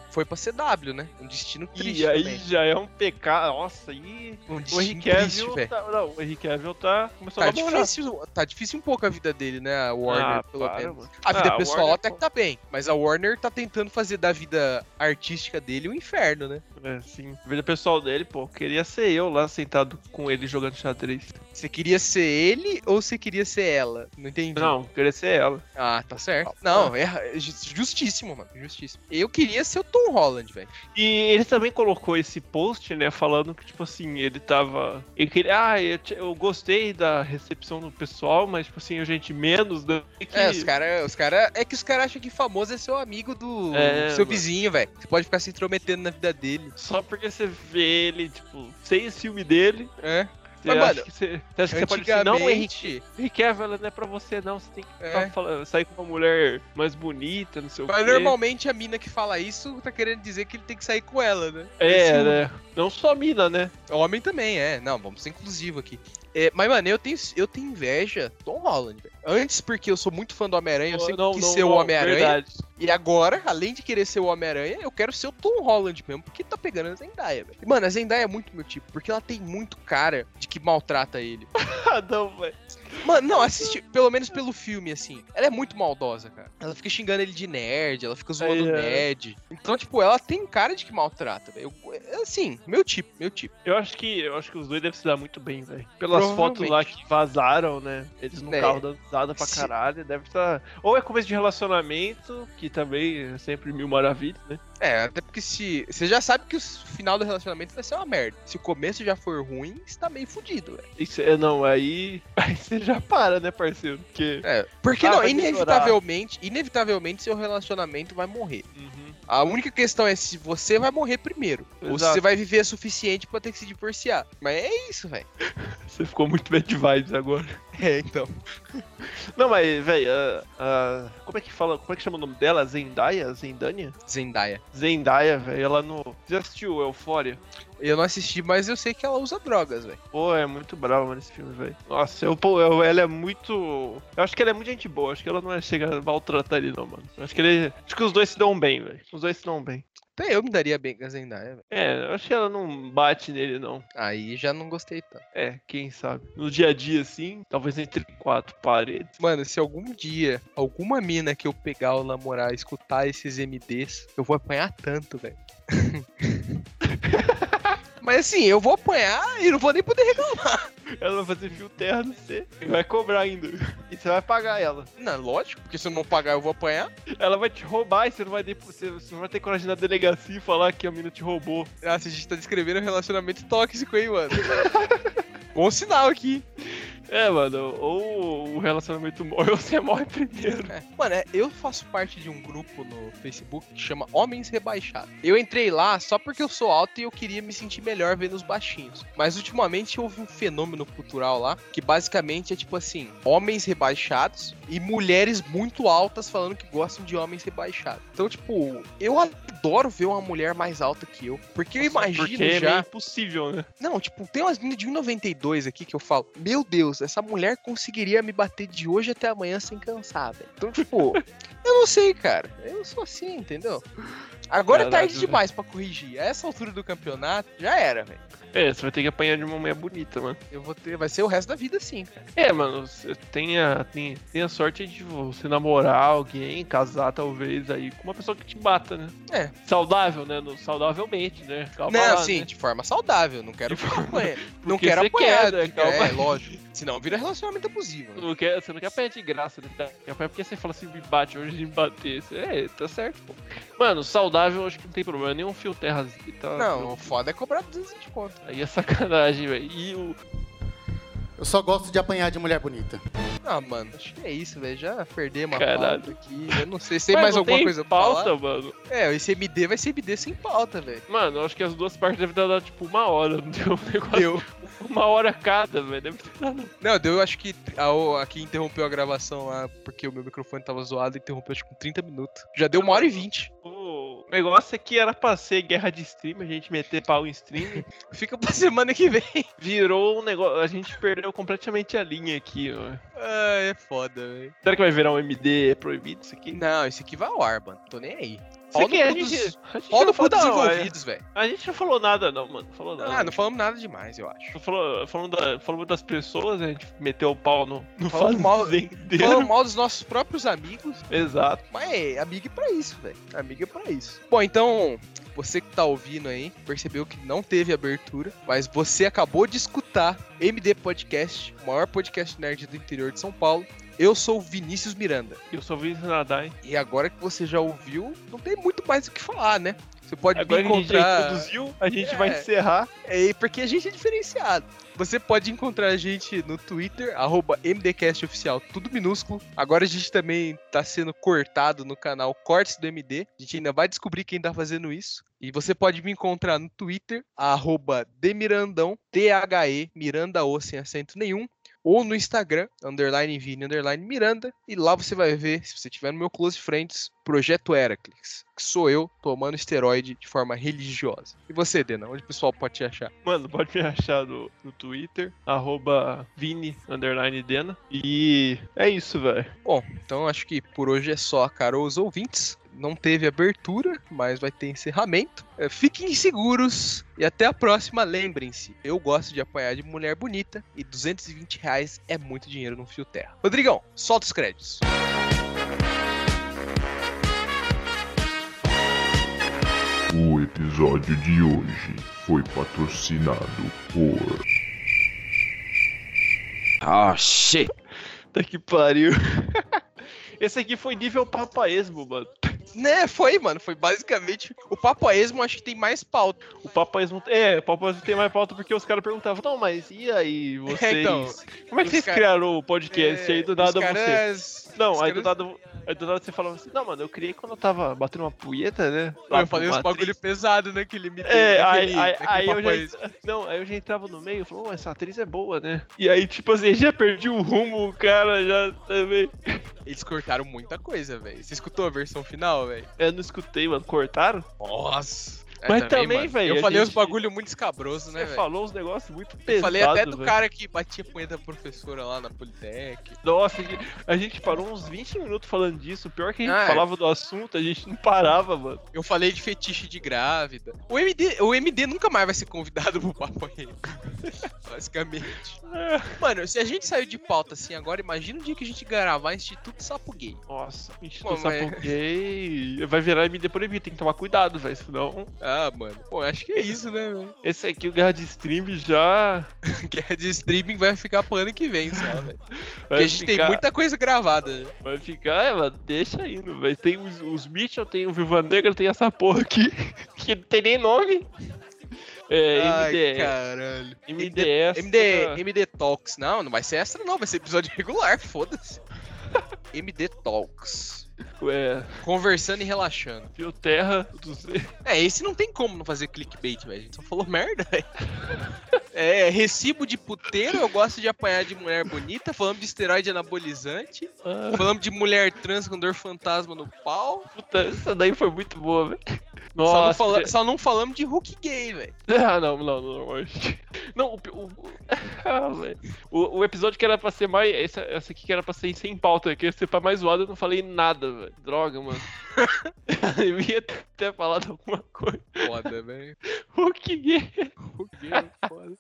Speaker 1: foi pra CW, né? Um destino triste,
Speaker 2: e aí
Speaker 1: também.
Speaker 2: já é um pecado. Nossa, aí.
Speaker 1: Um
Speaker 2: O
Speaker 1: destino
Speaker 2: Henry
Speaker 1: triste,
Speaker 2: Cavill
Speaker 1: velho.
Speaker 2: tá. Não, o Henry Cavill tá. Começou
Speaker 1: Tá
Speaker 2: a namorar.
Speaker 1: difícil, tá difícil um pouco a vida dele, né? A Warner,
Speaker 2: Ah,
Speaker 1: pelo
Speaker 2: para,
Speaker 1: menos.
Speaker 2: mano.
Speaker 1: A vida
Speaker 2: Ah,
Speaker 1: pessoal
Speaker 2: Warner,
Speaker 1: até que tá bem, mas a Warner tá tentando fazer da vida artística dele um inferno, né?
Speaker 2: É, sim. A vida pessoal dele, pô, queria ser eu lá sentado com ele jogando xadrez.
Speaker 1: Você queria ser ele ou você queria ser ela? Não entendi.
Speaker 2: Não, queria ser ela.
Speaker 1: Ah, tá certo. Não, é é ju- justíssimo, mano. Justíssimo. Eu queria ser o Tom Holland, velho.
Speaker 2: E ele também colocou esse post, né, falando que, tipo assim, ele tava. Ele queria, ah, eu, te- eu gostei da recepção do pessoal, mas, tipo assim, gente menos, né? que-
Speaker 1: É, os caras. Os cara, é que os caras acham que famoso é seu amigo do
Speaker 2: É,
Speaker 1: seu
Speaker 2: mano.
Speaker 1: vizinho, velho. Você pode ficar se intrometendo na vida dele.
Speaker 2: Só porque você vê ele, tipo, sem o filme dele,
Speaker 1: É.
Speaker 2: você
Speaker 1: Mas,
Speaker 2: acha
Speaker 1: mano,
Speaker 2: que você, você acha que você pode dizer, não, Henrique,
Speaker 1: Antigamente.
Speaker 2: Henrique ela não é pra você, não. Você tem que
Speaker 1: É.
Speaker 2: ficar falando- sair com uma mulher mais bonita, não sei o
Speaker 1: Mas
Speaker 2: quê.
Speaker 1: normalmente a mina que fala isso tá querendo dizer que ele tem que sair com ela, né?
Speaker 2: É, né? Não só mina, né?
Speaker 1: Homem também, é. Não, vamos ser inclusivo aqui. É, mas, mano, eu tenho, eu tenho inveja do Tom Holland, velho. Antes, porque eu sou muito fã do Homem-Aranha, eu sempre quis ser o Homem-Aranha.
Speaker 2: verdade.
Speaker 1: E agora, além de querer ser o Homem-Aranha, eu quero ser o Tom Holland mesmo, porque tá pegando a Zendaya, velho. Mano, a Zendaya é muito meu tipo, porque ela tem muito cara de que maltrata ele.
Speaker 2: Ah, não, velho.
Speaker 1: Mano, não, assisti, pelo menos pelo filme, assim. Ela é muito maldosa, cara. Ela fica xingando ele de nerd, ela fica zoando o
Speaker 2: Aí, é.
Speaker 1: nerd. Então, tipo, ela tem cara de que maltrata, velho. Eu- Assim, meu tipo, meu tipo.
Speaker 2: Eu acho que eu acho que os dois devem se dar muito bem, velho. Pelas
Speaker 1: Provavelmente.
Speaker 2: fotos lá que vazaram, né? Eles no
Speaker 1: É.
Speaker 2: carro dando risada pra
Speaker 1: Se-
Speaker 2: caralho, deve estar. Ou é começo de relacionamento, que também é sempre mil maravilhas, né?
Speaker 1: É, até porque se. Você já sabe que o final do relacionamento vai ser uma merda. Se o começo já for ruim, você tá meio fudido, velho.
Speaker 2: Isso é não, aí. Aí você já para, né, parceiro? Porque.
Speaker 1: É. Porque
Speaker 2: Ah,
Speaker 1: não,
Speaker 2: vai
Speaker 1: inevitavelmente, inevitavelmente seu relacionamento vai morrer. A única questão é se você vai morrer primeiro. Ou se
Speaker 2: Exato.
Speaker 1: você vai viver o suficiente pra ter que se divorciar. Mas é isso, velho.
Speaker 2: Você ficou muito bad vibes agora.
Speaker 1: É, então.
Speaker 2: Não, mas, velho, a- a- como é que fala? Como é que chama o nome dela? Zendaya? Zendania?
Speaker 1: Zendaya.
Speaker 2: Zendaya, velho, ela no. Você já assistiu Euphoria?
Speaker 1: Eu não assisti, mas eu sei que ela usa drogas, velho.
Speaker 2: Pô, é muito brava mano, esse filme, velho. Nossa, eu, pô, eu- ela é muito. Eu acho que ela é muito gente boa, acho que ela não é- chega a maltratar ele, não, mano. Eu acho que ele. Acho que os dois se dão bem, velho. Os dois se dão bem.
Speaker 1: Até eu me daria bem com a Zendaya, velho.
Speaker 2: É, eu acho que ela não bate nele, não.
Speaker 1: Aí já não gostei tanto.
Speaker 2: É, quem sabe. No dia a dia, assim, talvez entre quatro paredes.
Speaker 1: Mano, se algum dia alguma mina que eu pegar ou namorar escutar esses MDs, eu vou apanhar tanto, velho. Mas assim, eu vou apanhar e não vou nem poder reclamar.
Speaker 2: Ela vai fazer fio terra no C e vai cobrar ainda. E você vai pagar ela.
Speaker 1: Não, lógico, porque se eu não pagar, eu vou apanhar.
Speaker 2: Ela vai te roubar e você não vai, ter- você, você não vai ter coragem na delegacia e falar que a mina te roubou.
Speaker 1: Nossa, a gente tá descrevendo um relacionamento tóxico, hein, mano? Bom sinal aqui.
Speaker 2: É, mano, ou o relacionamento morre ou você morre primeiro.
Speaker 1: É. Mano, é, eu faço parte de um grupo no Facebook que chama Homens Rebaixados. Eu entrei lá só porque eu sou alto e eu queria me sentir melhor vendo os baixinhos. Mas ultimamente houve um fenômeno cultural lá que basicamente é tipo assim: homens rebaixados e mulheres muito altas falando que gostam de homens rebaixados. Então, tipo, eu adoro ver uma mulher mais alta que eu. Porque eu imagino
Speaker 2: Porque é
Speaker 1: já.
Speaker 2: meio impossível, né?
Speaker 1: Não, tipo, tem umas meninas de 1,92 aqui que eu falo, meu Deus, essa mulher conseguiria me bater de hoje até amanhã sem cansar, velho. Então, tipo, eu não sei, cara. Eu sou assim, entendeu? Agora é
Speaker 2: Caralho,
Speaker 1: tarde demais pra corrigir. A essa altura do campeonato, já era, velho.
Speaker 2: É, você vai ter que apanhar de uma mulher bonita, mano.
Speaker 1: Eu vou ter. Vai ser o resto da vida assim, cara.
Speaker 2: É, mano, você tem a, tem, tem a sorte de você namorar alguém, casar talvez aí com uma pessoa que te bata, né?
Speaker 1: É.
Speaker 2: Saudável, né? No- saudavelmente, né? Calma
Speaker 1: não,
Speaker 2: lá,
Speaker 1: assim,
Speaker 2: né?
Speaker 1: de forma saudável. Não quero
Speaker 2: De forma-
Speaker 1: apanhar. Não
Speaker 2: Porque
Speaker 1: quero
Speaker 2: você
Speaker 1: apanhar.
Speaker 2: quer, né?
Speaker 1: de-
Speaker 2: Calma
Speaker 1: É,
Speaker 2: aí.
Speaker 1: lógico. Senão vira relacionamento abusivo.
Speaker 2: Você
Speaker 1: Né?
Speaker 2: não quer, você não quer apanhar de graça, né? Tá? Quer apanhar porque você fala assim, me bate hoje de me bater. Você- é, tá certo, pô. Mano, saudável eu acho que não tem problema. Nenhum fio terra tá.
Speaker 1: Não, o foda é cobrar 220 conto.
Speaker 2: Aí é sacanagem, velho. E o.
Speaker 8: Eu só gosto de apanhar de mulher bonita.
Speaker 1: Ah, mano, acho que é isso, velho. Já perdemos a
Speaker 2: Caralho.
Speaker 1: pauta aqui. Eu não sei se tem
Speaker 2: Mas
Speaker 1: mais
Speaker 2: não
Speaker 1: alguma
Speaker 2: tem
Speaker 1: coisa pra
Speaker 2: pauta,
Speaker 1: falar.
Speaker 2: mano.
Speaker 1: É, esse MD vai ser MD sem pauta, velho.
Speaker 2: Mano, eu acho que as duas partes devem ter dado tipo uma hora. Não deu um negócio.
Speaker 1: Deu.
Speaker 2: Uma hora cada, velho. Deve ter dado
Speaker 1: Não, deu, eu acho que a, o- aqui interrompeu a gravação lá, porque o meu microfone tava zoado e interrompeu acho que com 30 minutos. Já deu uma hora e 20.
Speaker 2: O negócio é que era pra ser guerra de stream, a gente meter pau em stream.
Speaker 1: Fica pra semana que vem.
Speaker 2: Virou um negócio. A gente perdeu completamente a linha aqui, ó.
Speaker 1: Ah, é foda, velho.
Speaker 2: Será que vai virar um MD proibido isso aqui?
Speaker 1: Não, esse aqui vai ao ar, mano. Tô nem aí.
Speaker 2: Isso
Speaker 1: Ó no
Speaker 2: aqui é a
Speaker 1: cu
Speaker 2: gente.
Speaker 1: é dos-
Speaker 2: a gente
Speaker 1: Ó
Speaker 2: não
Speaker 1: no cu
Speaker 2: falou-
Speaker 1: dos
Speaker 2: não,
Speaker 1: envolvidos, velho.
Speaker 2: A a gente não falou nada, não, mano. Não Falou nada.
Speaker 1: Ah, não falamos nada demais, eu acho.
Speaker 2: Só Falou, falou, da- falou das pessoas, a gente meteu o pau no, no
Speaker 1: Falou mal-
Speaker 2: fazendeiro.
Speaker 1: Falamos mal dos nossos próprios amigos.
Speaker 2: Exato.
Speaker 1: Mas é, amiga é pra isso, velho. Amiga é pra isso. Bom, então, você que tá ouvindo aí, percebeu que não teve abertura, mas você acabou de escutar MD Podcast, o maior podcast nerd do interior de São Paulo. Eu sou o Vinícius Miranda.
Speaker 2: Eu só vi isso nadar, hein?
Speaker 1: E agora que você já ouviu, não tem muito mais o que falar, né? Você pode
Speaker 2: Agora
Speaker 1: me
Speaker 2: que a gente
Speaker 1: encontrar.
Speaker 2: introduziu, a gente
Speaker 1: É.
Speaker 2: vai encerrar.
Speaker 1: É, porque a gente é diferenciado. Você pode encontrar a gente no Twitter, arroba MDCastOficial, tudo minúsculo. Agora a gente também tá sendo cortado no canal Cortes do MD. A gente ainda vai descobrir quem tá fazendo isso. E você pode me encontrar no Twitter, arroba Demirandão, T-H-E, Miranda O, sem acento nenhum. Ou no Instagram, underline Vini, underline Miranda. E lá você vai ver, se você tiver no meu Close Friends, Projeto Heracles. Que sou eu tomando esteroide de forma religiosa. E você, Dena, onde o pessoal pode te achar?
Speaker 2: Mano, pode me achar no, no Twitter, arroba Vini, underline Dena. E é isso, velho.
Speaker 1: Então acho que por hoje é só, cara, os ouvintes. Não teve abertura, mas vai ter encerramento. É, Fiquem seguros e até a próxima. Lembrem-se, eu gosto de apanhar de mulher bonita e 220 reais é muito dinheiro num fio terra. Rodrigão, solta os créditos.
Speaker 3: O episódio de hoje foi patrocinado por.
Speaker 2: Tá que pariu. Esse aqui foi nível Papa Esmo, mano.
Speaker 1: Né, foi, mano. Foi basicamente. O Papo Esmo acho que tem mais pauta.
Speaker 2: O Papa Esmo. É, o Papa Esmo tem mais pauta porque os caras perguntavam, não, mas e aí, vocês.
Speaker 1: então,
Speaker 2: Como é que
Speaker 1: os
Speaker 2: vocês
Speaker 1: cara-
Speaker 2: criaram o podcast? aí do nada você.
Speaker 1: caras...
Speaker 2: Não,
Speaker 1: os
Speaker 2: aí do,
Speaker 1: caras-
Speaker 2: nada, aí do nada você falava assim, não, mano, eu criei quando eu tava batendo uma punheta, né? Lá
Speaker 1: Eu falei
Speaker 2: pro
Speaker 1: uns
Speaker 2: Matrix."
Speaker 1: bagulho pesado, né? Que limite.
Speaker 2: É, aí, aí, aí eu já. Não, aí eu já entrava no meio e falava, "Ô, essa atriz é boa, né? E aí, tipo assim, já perdi o rumo, o cara já também.
Speaker 1: Eles cortaram muita coisa, velho. Você escutou a versão final, velho?
Speaker 2: Eu não escutei, mano,
Speaker 1: É,
Speaker 2: cortaram?
Speaker 1: Nossa. É,
Speaker 2: Mas também,
Speaker 1: mano,
Speaker 2: velho,
Speaker 1: Eu
Speaker 2: a
Speaker 1: falei uns
Speaker 2: gente-
Speaker 1: bagulho muito escabroso, né,
Speaker 2: Você
Speaker 1: velho?
Speaker 2: falou uns negócios muito
Speaker 1: Eu
Speaker 2: pesados.
Speaker 1: falei até do
Speaker 2: velho.
Speaker 1: cara que batia punheta da professora lá na Politec.
Speaker 2: Nossa, a gente- a gente parou uns 20 minutos falando disso. Pior que a gente
Speaker 1: Ah, é.
Speaker 2: falava do assunto, a gente não parava, mano.
Speaker 1: Eu falei de fetiche de grávida. O MD, o MD nunca mais vai ser convidado pro papo aí. Basicamente. Mano, se a gente saiu de pauta assim agora, imagina o dia que a gente gravar Instituto Sapo Gay.
Speaker 2: Nossa,
Speaker 1: Pô,
Speaker 2: Instituto
Speaker 1: mas-
Speaker 2: Sapo Gay vai virar MD proibido, tem que tomar cuidado, velho, senão...
Speaker 1: Ah, Ah, mano. Pô, acho que é isso, né, velho?
Speaker 2: Esse aqui, o Guerra de Stream, já.
Speaker 1: Guerra de streaming vai ficar pro ano que vem, só, velho.
Speaker 2: vai
Speaker 1: Porque a gente tem
Speaker 2: ficar-
Speaker 1: muita coisa gravada. né?
Speaker 2: Vai ficar, é, mano, deixa indo, velho. Tem os, os Mitchell, tem o Viva Negra, tem essa porra aqui, que não tem nem nome. É,
Speaker 1: Ai,
Speaker 2: MDS.
Speaker 1: caralho.
Speaker 2: MDS.
Speaker 1: MD, MD Talks. Não, não vai ser extra, não. Vai ser episódio regular, foda-se. MD Talks.
Speaker 2: É,
Speaker 1: Conversando e relaxando.
Speaker 2: Fio Terra, 200.
Speaker 1: É, esse não tem como não fazer clickbait, velho. A gente só falou merda, velho. É, recibo de puteiro, eu gosto de apanhar de mulher bonita. Falamos de esteroide anabolizante.
Speaker 2: Ah,
Speaker 1: Falamos de mulher trans com dor fantasma no pau.
Speaker 2: puta, essa daí foi muito boa, velho.
Speaker 1: Só não,
Speaker 2: Nossa.
Speaker 1: fala- só não falamos de Hulk gay, velho.
Speaker 2: Ah, não, não, não, não. acho- Não, o, pi- o, ah, velho. o, o episódio que era pra ser mais. Essa, essa aqui que era pra ser sem pauta, que ia ser pra mais zoada, eu não falei nada, velho. Droga, mano. eu devia ter- ter falado alguma coisa.
Speaker 1: Foda, velho.
Speaker 2: O que é?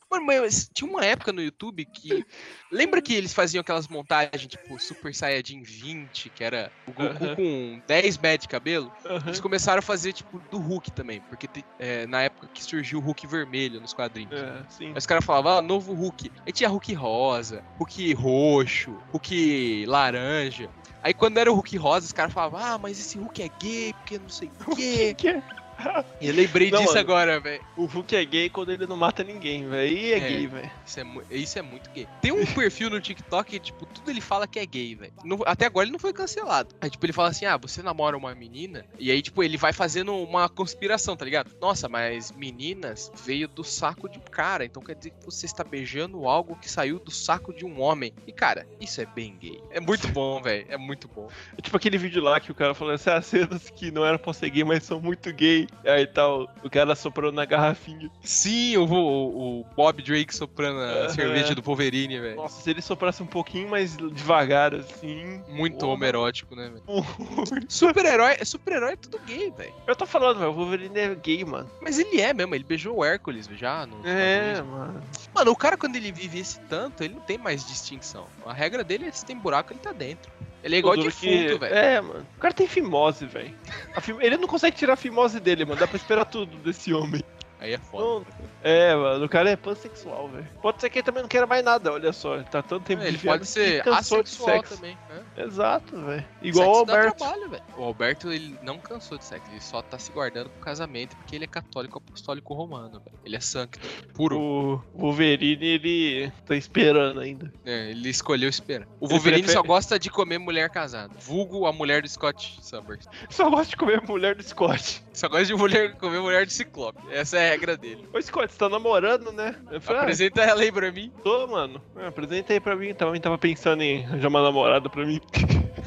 Speaker 1: Mano, mas tinha uma época no YouTube que. Lembra que eles faziam aquelas montagens, tipo, Super Saiyajin 20, que era o Goku
Speaker 2: Aham.
Speaker 1: com 10 metros de cabelo? Eles começaram a fazer, tipo, do Hulk também, porque te- é, na época que surgiu o Hulk vermelho nos quadrinhos.
Speaker 2: É, sim.
Speaker 1: Aí os caras falavam, ah, novo Hulk. Aí tinha Hulk rosa, Hulk roxo, Hulk laranja. Aí quando era o Hulk rosa, os caras falavam, ah, mas esse Hulk é gay, porque não sei o quê.
Speaker 2: que é?
Speaker 1: E eu lembrei
Speaker 2: Não,
Speaker 1: disso
Speaker 2: mano.
Speaker 1: agora, velho.
Speaker 2: O Hulk é gay quando ele não mata ninguém, velho. E é,
Speaker 1: É.
Speaker 2: gay, velho.
Speaker 1: Isso é, mu- isso é muito gay. Tem um perfil no TikTok que, tipo, tudo ele fala que é gay, velho. Não- Até agora ele não foi cancelado. Aí, tipo, ele fala assim: ah, você namora uma menina. E aí, tipo, ele vai fazendo uma conspiração, tá ligado? Nossa, mas meninas veio do saco de um cara. Então quer dizer que você está beijando algo que saiu do saco de um homem. E, cara, isso é bem gay. É muito bom, velho. É muito bom.
Speaker 2: É Tipo aquele vídeo lá que o cara falou assim, ah, cenas que não eram pra ser gay, mas são muito gay. Aí tal, o cara soprou na garrafinha.
Speaker 1: Sim, o, o- o Bob Drake soprando a
Speaker 2: Aham.
Speaker 1: cerveja do Wolverine, velho.
Speaker 2: Nossa, se ele soprasse um pouquinho mais devagar, assim.
Speaker 1: Muito
Speaker 2: Porra.
Speaker 1: homerótico, né, velho? Super-herói super -herói é tudo gay, velho.
Speaker 2: Eu tô falando, velho, o Wolverine é gay, mano.
Speaker 1: Mas ele é mesmo, ele beijou o Hércules já. No...
Speaker 2: É, mano.
Speaker 1: Mano, o cara quando ele vive esse tanto, ele não tem mais distinção. A regra dele é se tem buraco, ele tá dentro. Ele é igual
Speaker 2: Duro
Speaker 1: defunto,
Speaker 2: que-
Speaker 1: velho.
Speaker 2: É, mano. O cara tem fimose, velho. A fim- Ele não consegue tirar a fimose dele, mano. Dá pra esperar tudo desse homem.
Speaker 1: Aí é foda.
Speaker 2: Não- É, mano, o cara é pansexual, velho. Pode ser que ele também não queira mais nada, olha só. Ele tá tanto tempo
Speaker 1: É, ele
Speaker 2: de viado
Speaker 1: pode
Speaker 2: que
Speaker 1: ser
Speaker 2: cansou de
Speaker 1: assexual
Speaker 2: sexo.
Speaker 1: também, né?
Speaker 2: Exato, velho. Igual o
Speaker 1: Sexo dá
Speaker 2: Alberto.
Speaker 1: trabalho, velho. o Alberto, ele não cansou de sexo, ele só tá se guardando pro casamento porque ele é católico apostólico romano, velho. Ele é santo, puro.
Speaker 2: O Wolverine, ele tá esperando ainda.
Speaker 1: É, ele escolheu esperar. O Wolverine
Speaker 2: prefere-
Speaker 1: só gosta de comer mulher casada. Vulgo a mulher do Scott Summers.
Speaker 2: Só gosta de comer mulher do Scott.
Speaker 1: Só gosta de mulher comer mulher de ciclope. Essa é a regra dele.
Speaker 2: Ô, Scott, você tá namorando, né? Eu falei, ah,
Speaker 1: Apresenta ela aí pra mim.
Speaker 2: tô, mano. Ah, apresenta aí pra mim. Também tava pensando em arranjar uma namorada pra mim.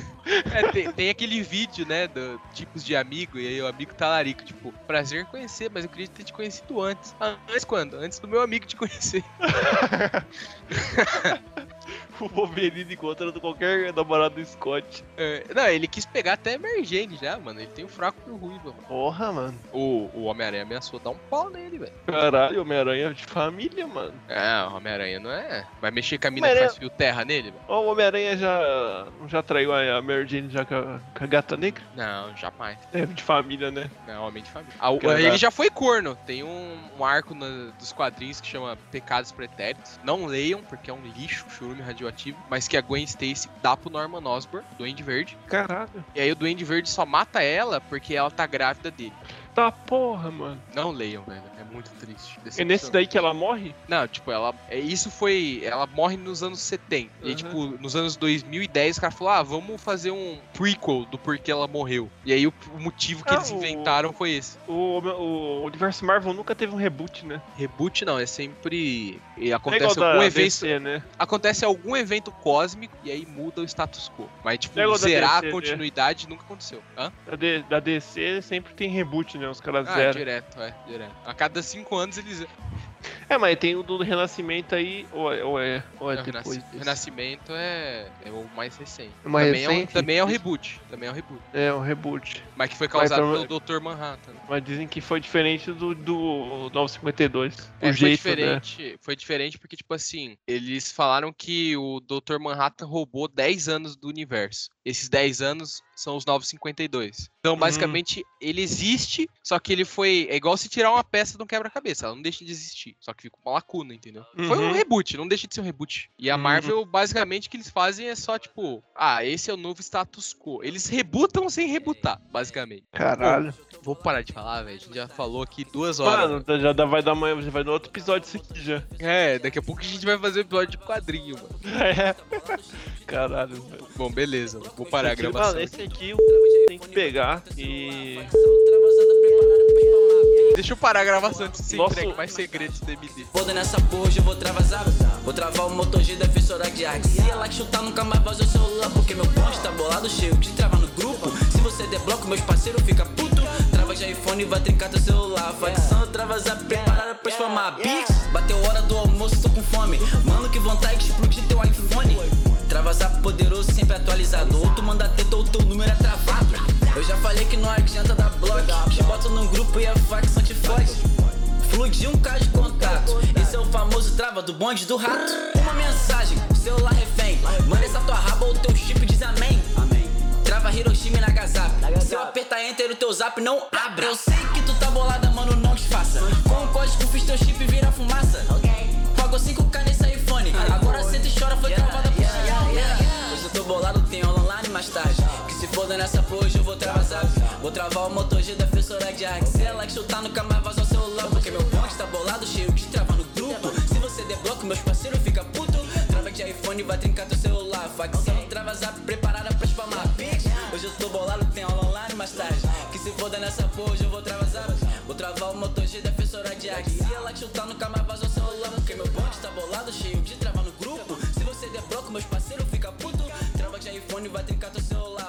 Speaker 1: É, tem, tem aquele vídeo, né, do tipos de amigo, e aí o amigo talarico, tipo, prazer em conhecer, mas eu queria ter te conhecido antes. Ah, antes quando? Antes do meu amigo te conhecer.
Speaker 2: o Wolverine encontrando qualquer namorado do Scott.
Speaker 1: É, não, ele quis pegar até emergente já, mano. Ele tem um fraco pro Ruiva, mano.
Speaker 2: Porra, mano.
Speaker 1: O, o Homem-Aranha ameaçou dar um pau nele, velho.
Speaker 2: Caralho, Homem-Aranha de família, mano.
Speaker 1: Ah, o Homem-Aranha não é. Vai mexer com a mina que
Speaker 2: Homem-Aranha-
Speaker 1: faz fio terra nele, velho?
Speaker 2: Ó, o Homem-Aranha já, já traiu a a Mary Jane já com a, com a gata negra.
Speaker 1: Não, jamais.
Speaker 2: É, de família, né?
Speaker 1: Não, homem de família. Ah, o-
Speaker 2: Cara.
Speaker 1: ele já foi corno. Tem um, um arco na- dos quadrinhos que chama Pecados Pretéritos. Não leiam, porque é um lixo, churume radioativo. Mas que a Gwen Stacy dá pro Norman Osborn, Duende Verde.
Speaker 2: Caralho.
Speaker 1: E aí o Duende Verde só mata ela porque ela tá grávida dele.
Speaker 2: Tá porra, mano.
Speaker 1: Não leiam, velho. É muito triste.
Speaker 2: É nesse daí que ela morre?
Speaker 1: Não, tipo, ela. é, Isso foi. Ela morre nos anos 70. E,
Speaker 2: Uhum.
Speaker 1: tipo, nos anos 2010, o cara falou: ah, vamos fazer um prequel do porquê ela morreu. E aí o, o motivo que
Speaker 2: Ah,
Speaker 1: eles
Speaker 2: o-
Speaker 1: inventaram foi esse.
Speaker 2: O, Homem- o universo Marvel nunca teve um reboot, né?
Speaker 1: Reboot não, é sempre. e
Speaker 2: É
Speaker 1: acontece
Speaker 2: igual da
Speaker 1: algum evento.
Speaker 2: DC, né?
Speaker 1: Acontece algum evento cósmico e aí muda o status quo. Mas, tipo,
Speaker 2: É igual da
Speaker 1: zerar a
Speaker 2: DC, né?
Speaker 1: continuidade nunca aconteceu. Hã?
Speaker 2: Da, D- da DC sempre tem reboot, né? Os caras
Speaker 1: Ah,
Speaker 2: zeram.
Speaker 1: direto, é, direto. A cada cinco anos eles.
Speaker 2: É, mas tem o do Renascimento aí, ou é, ou é, ou é
Speaker 1: Não,
Speaker 2: depois
Speaker 1: Renasc-
Speaker 2: desse?
Speaker 1: Renascimento é, é o mais recente.
Speaker 2: O mais
Speaker 1: também, É um,
Speaker 2: recente?
Speaker 1: também é um reboot. Também é um reboot.
Speaker 2: É, um reboot.
Speaker 1: Mas que foi
Speaker 2: Mas então
Speaker 1: causado
Speaker 2: pelo-
Speaker 1: pelo Dr. Manhattan.
Speaker 2: Mas dizem que foi diferente do, do 952. O
Speaker 1: É, foi
Speaker 2: jeito, né?
Speaker 1: diferente, foi diferente porque, tipo assim, eles falaram que o Dr. Manhattan roubou 10 anos do universo. Esses 10 anos são os 952. Então,
Speaker 2: Uhum.
Speaker 1: basicamente, ele existe, só que ele foi. É igual se tirar uma peça de um quebra-cabeça, ela não deixa de existir, só que fica uma lacuna, entendeu? Foi um
Speaker 2: Uhum.
Speaker 1: reboot, não deixa de ser um reboot. E a
Speaker 2: Uhum.
Speaker 1: Marvel, basicamente, o que eles fazem é só, tipo, ah, esse é o novo status quo. Eles rebutam sem rebutar, basicamente.
Speaker 2: Caralho.
Speaker 1: Vou parar de falar, velho. A gente já falou aqui duas horas.
Speaker 2: Mano, já dá- vai dar amanhã, já vai dar outro episódio isso aqui já.
Speaker 1: É, daqui a pouco a gente vai fazer um episódio de quadrinho, mano.
Speaker 2: É. Caralho, velho.
Speaker 1: Bom, beleza, mano. vou parar a
Speaker 2: Esse-
Speaker 1: gravação.
Speaker 2: Mano,
Speaker 1: aqui.
Speaker 2: esse aqui o tem que pegar e.
Speaker 1: Deixa eu parar a gravação antes de ser
Speaker 2: Nosso-
Speaker 1: entregue mais segredos do MD.
Speaker 4: Foda nessa porra, hoje eu vou travasar. Vou travar o motor G da fissura de arte. Se ela que chutar, nunca mais vazou o celular. Porque meu post tá bolado, cheio de trava no grupo. Se você der bloco, meus parceiros fica puto. Trava de iPhone e vai trincar teu celular. Vai de santo, travasar, preparada pra esfamar. Bix, bateu hora do almoço, tô com fome. Mano, que vontade de explodir teu iPhone. Travasar poderoso, sempre atualizado. Ou tu manda teta ou teu número é travado. Eu já tá falei que não adianta dar bloco. Te boto num grupo e a facção te fode. Fluidir um caso de contato. Esse é o famoso trava do bonde do rato. Uma mensagem, celular refém. Manda essa tua raba ou teu chip diz amém. Trava Hiroshima e Nagasaki. Se eu apertar enter, o teu zap não abre. Eu sei que tu tá bolada, mano, não disfarça. Com o código fiz teu chip vira fumaça. Pagou 5k nesse iPhone. Agora senta e chora, foi travada por Xiaomi. Hoje eu tô bolado, tem aula online mais tarde. Que se foda nessa porra, hoje eu vou travar zap. Vou travar o motor G da fissura de arte. Se ela que chutar, nunca mais vazou o celular. Porque meu bonde tá bolado, cheio de trava no grupo. Se você der bloco, meus parceiros fica puto. Trava de iPhone, vai trincar teu celular. Facção, trava zap, preparada pra spamar. Bitch, hoje eu tô bolado, tem aula online mais tarde. Que se foda nessa porra, hoje eu vou travar zap. Vou travar o motor G da fissura de arte. Se ela que chutar, nunca mais vazou o celular. Porque meu bonde tá bolado, cheio de trava no grupo. Se você der bloco, meus parceiros fica puto. Trava de iPhone, vai trincar teu celular.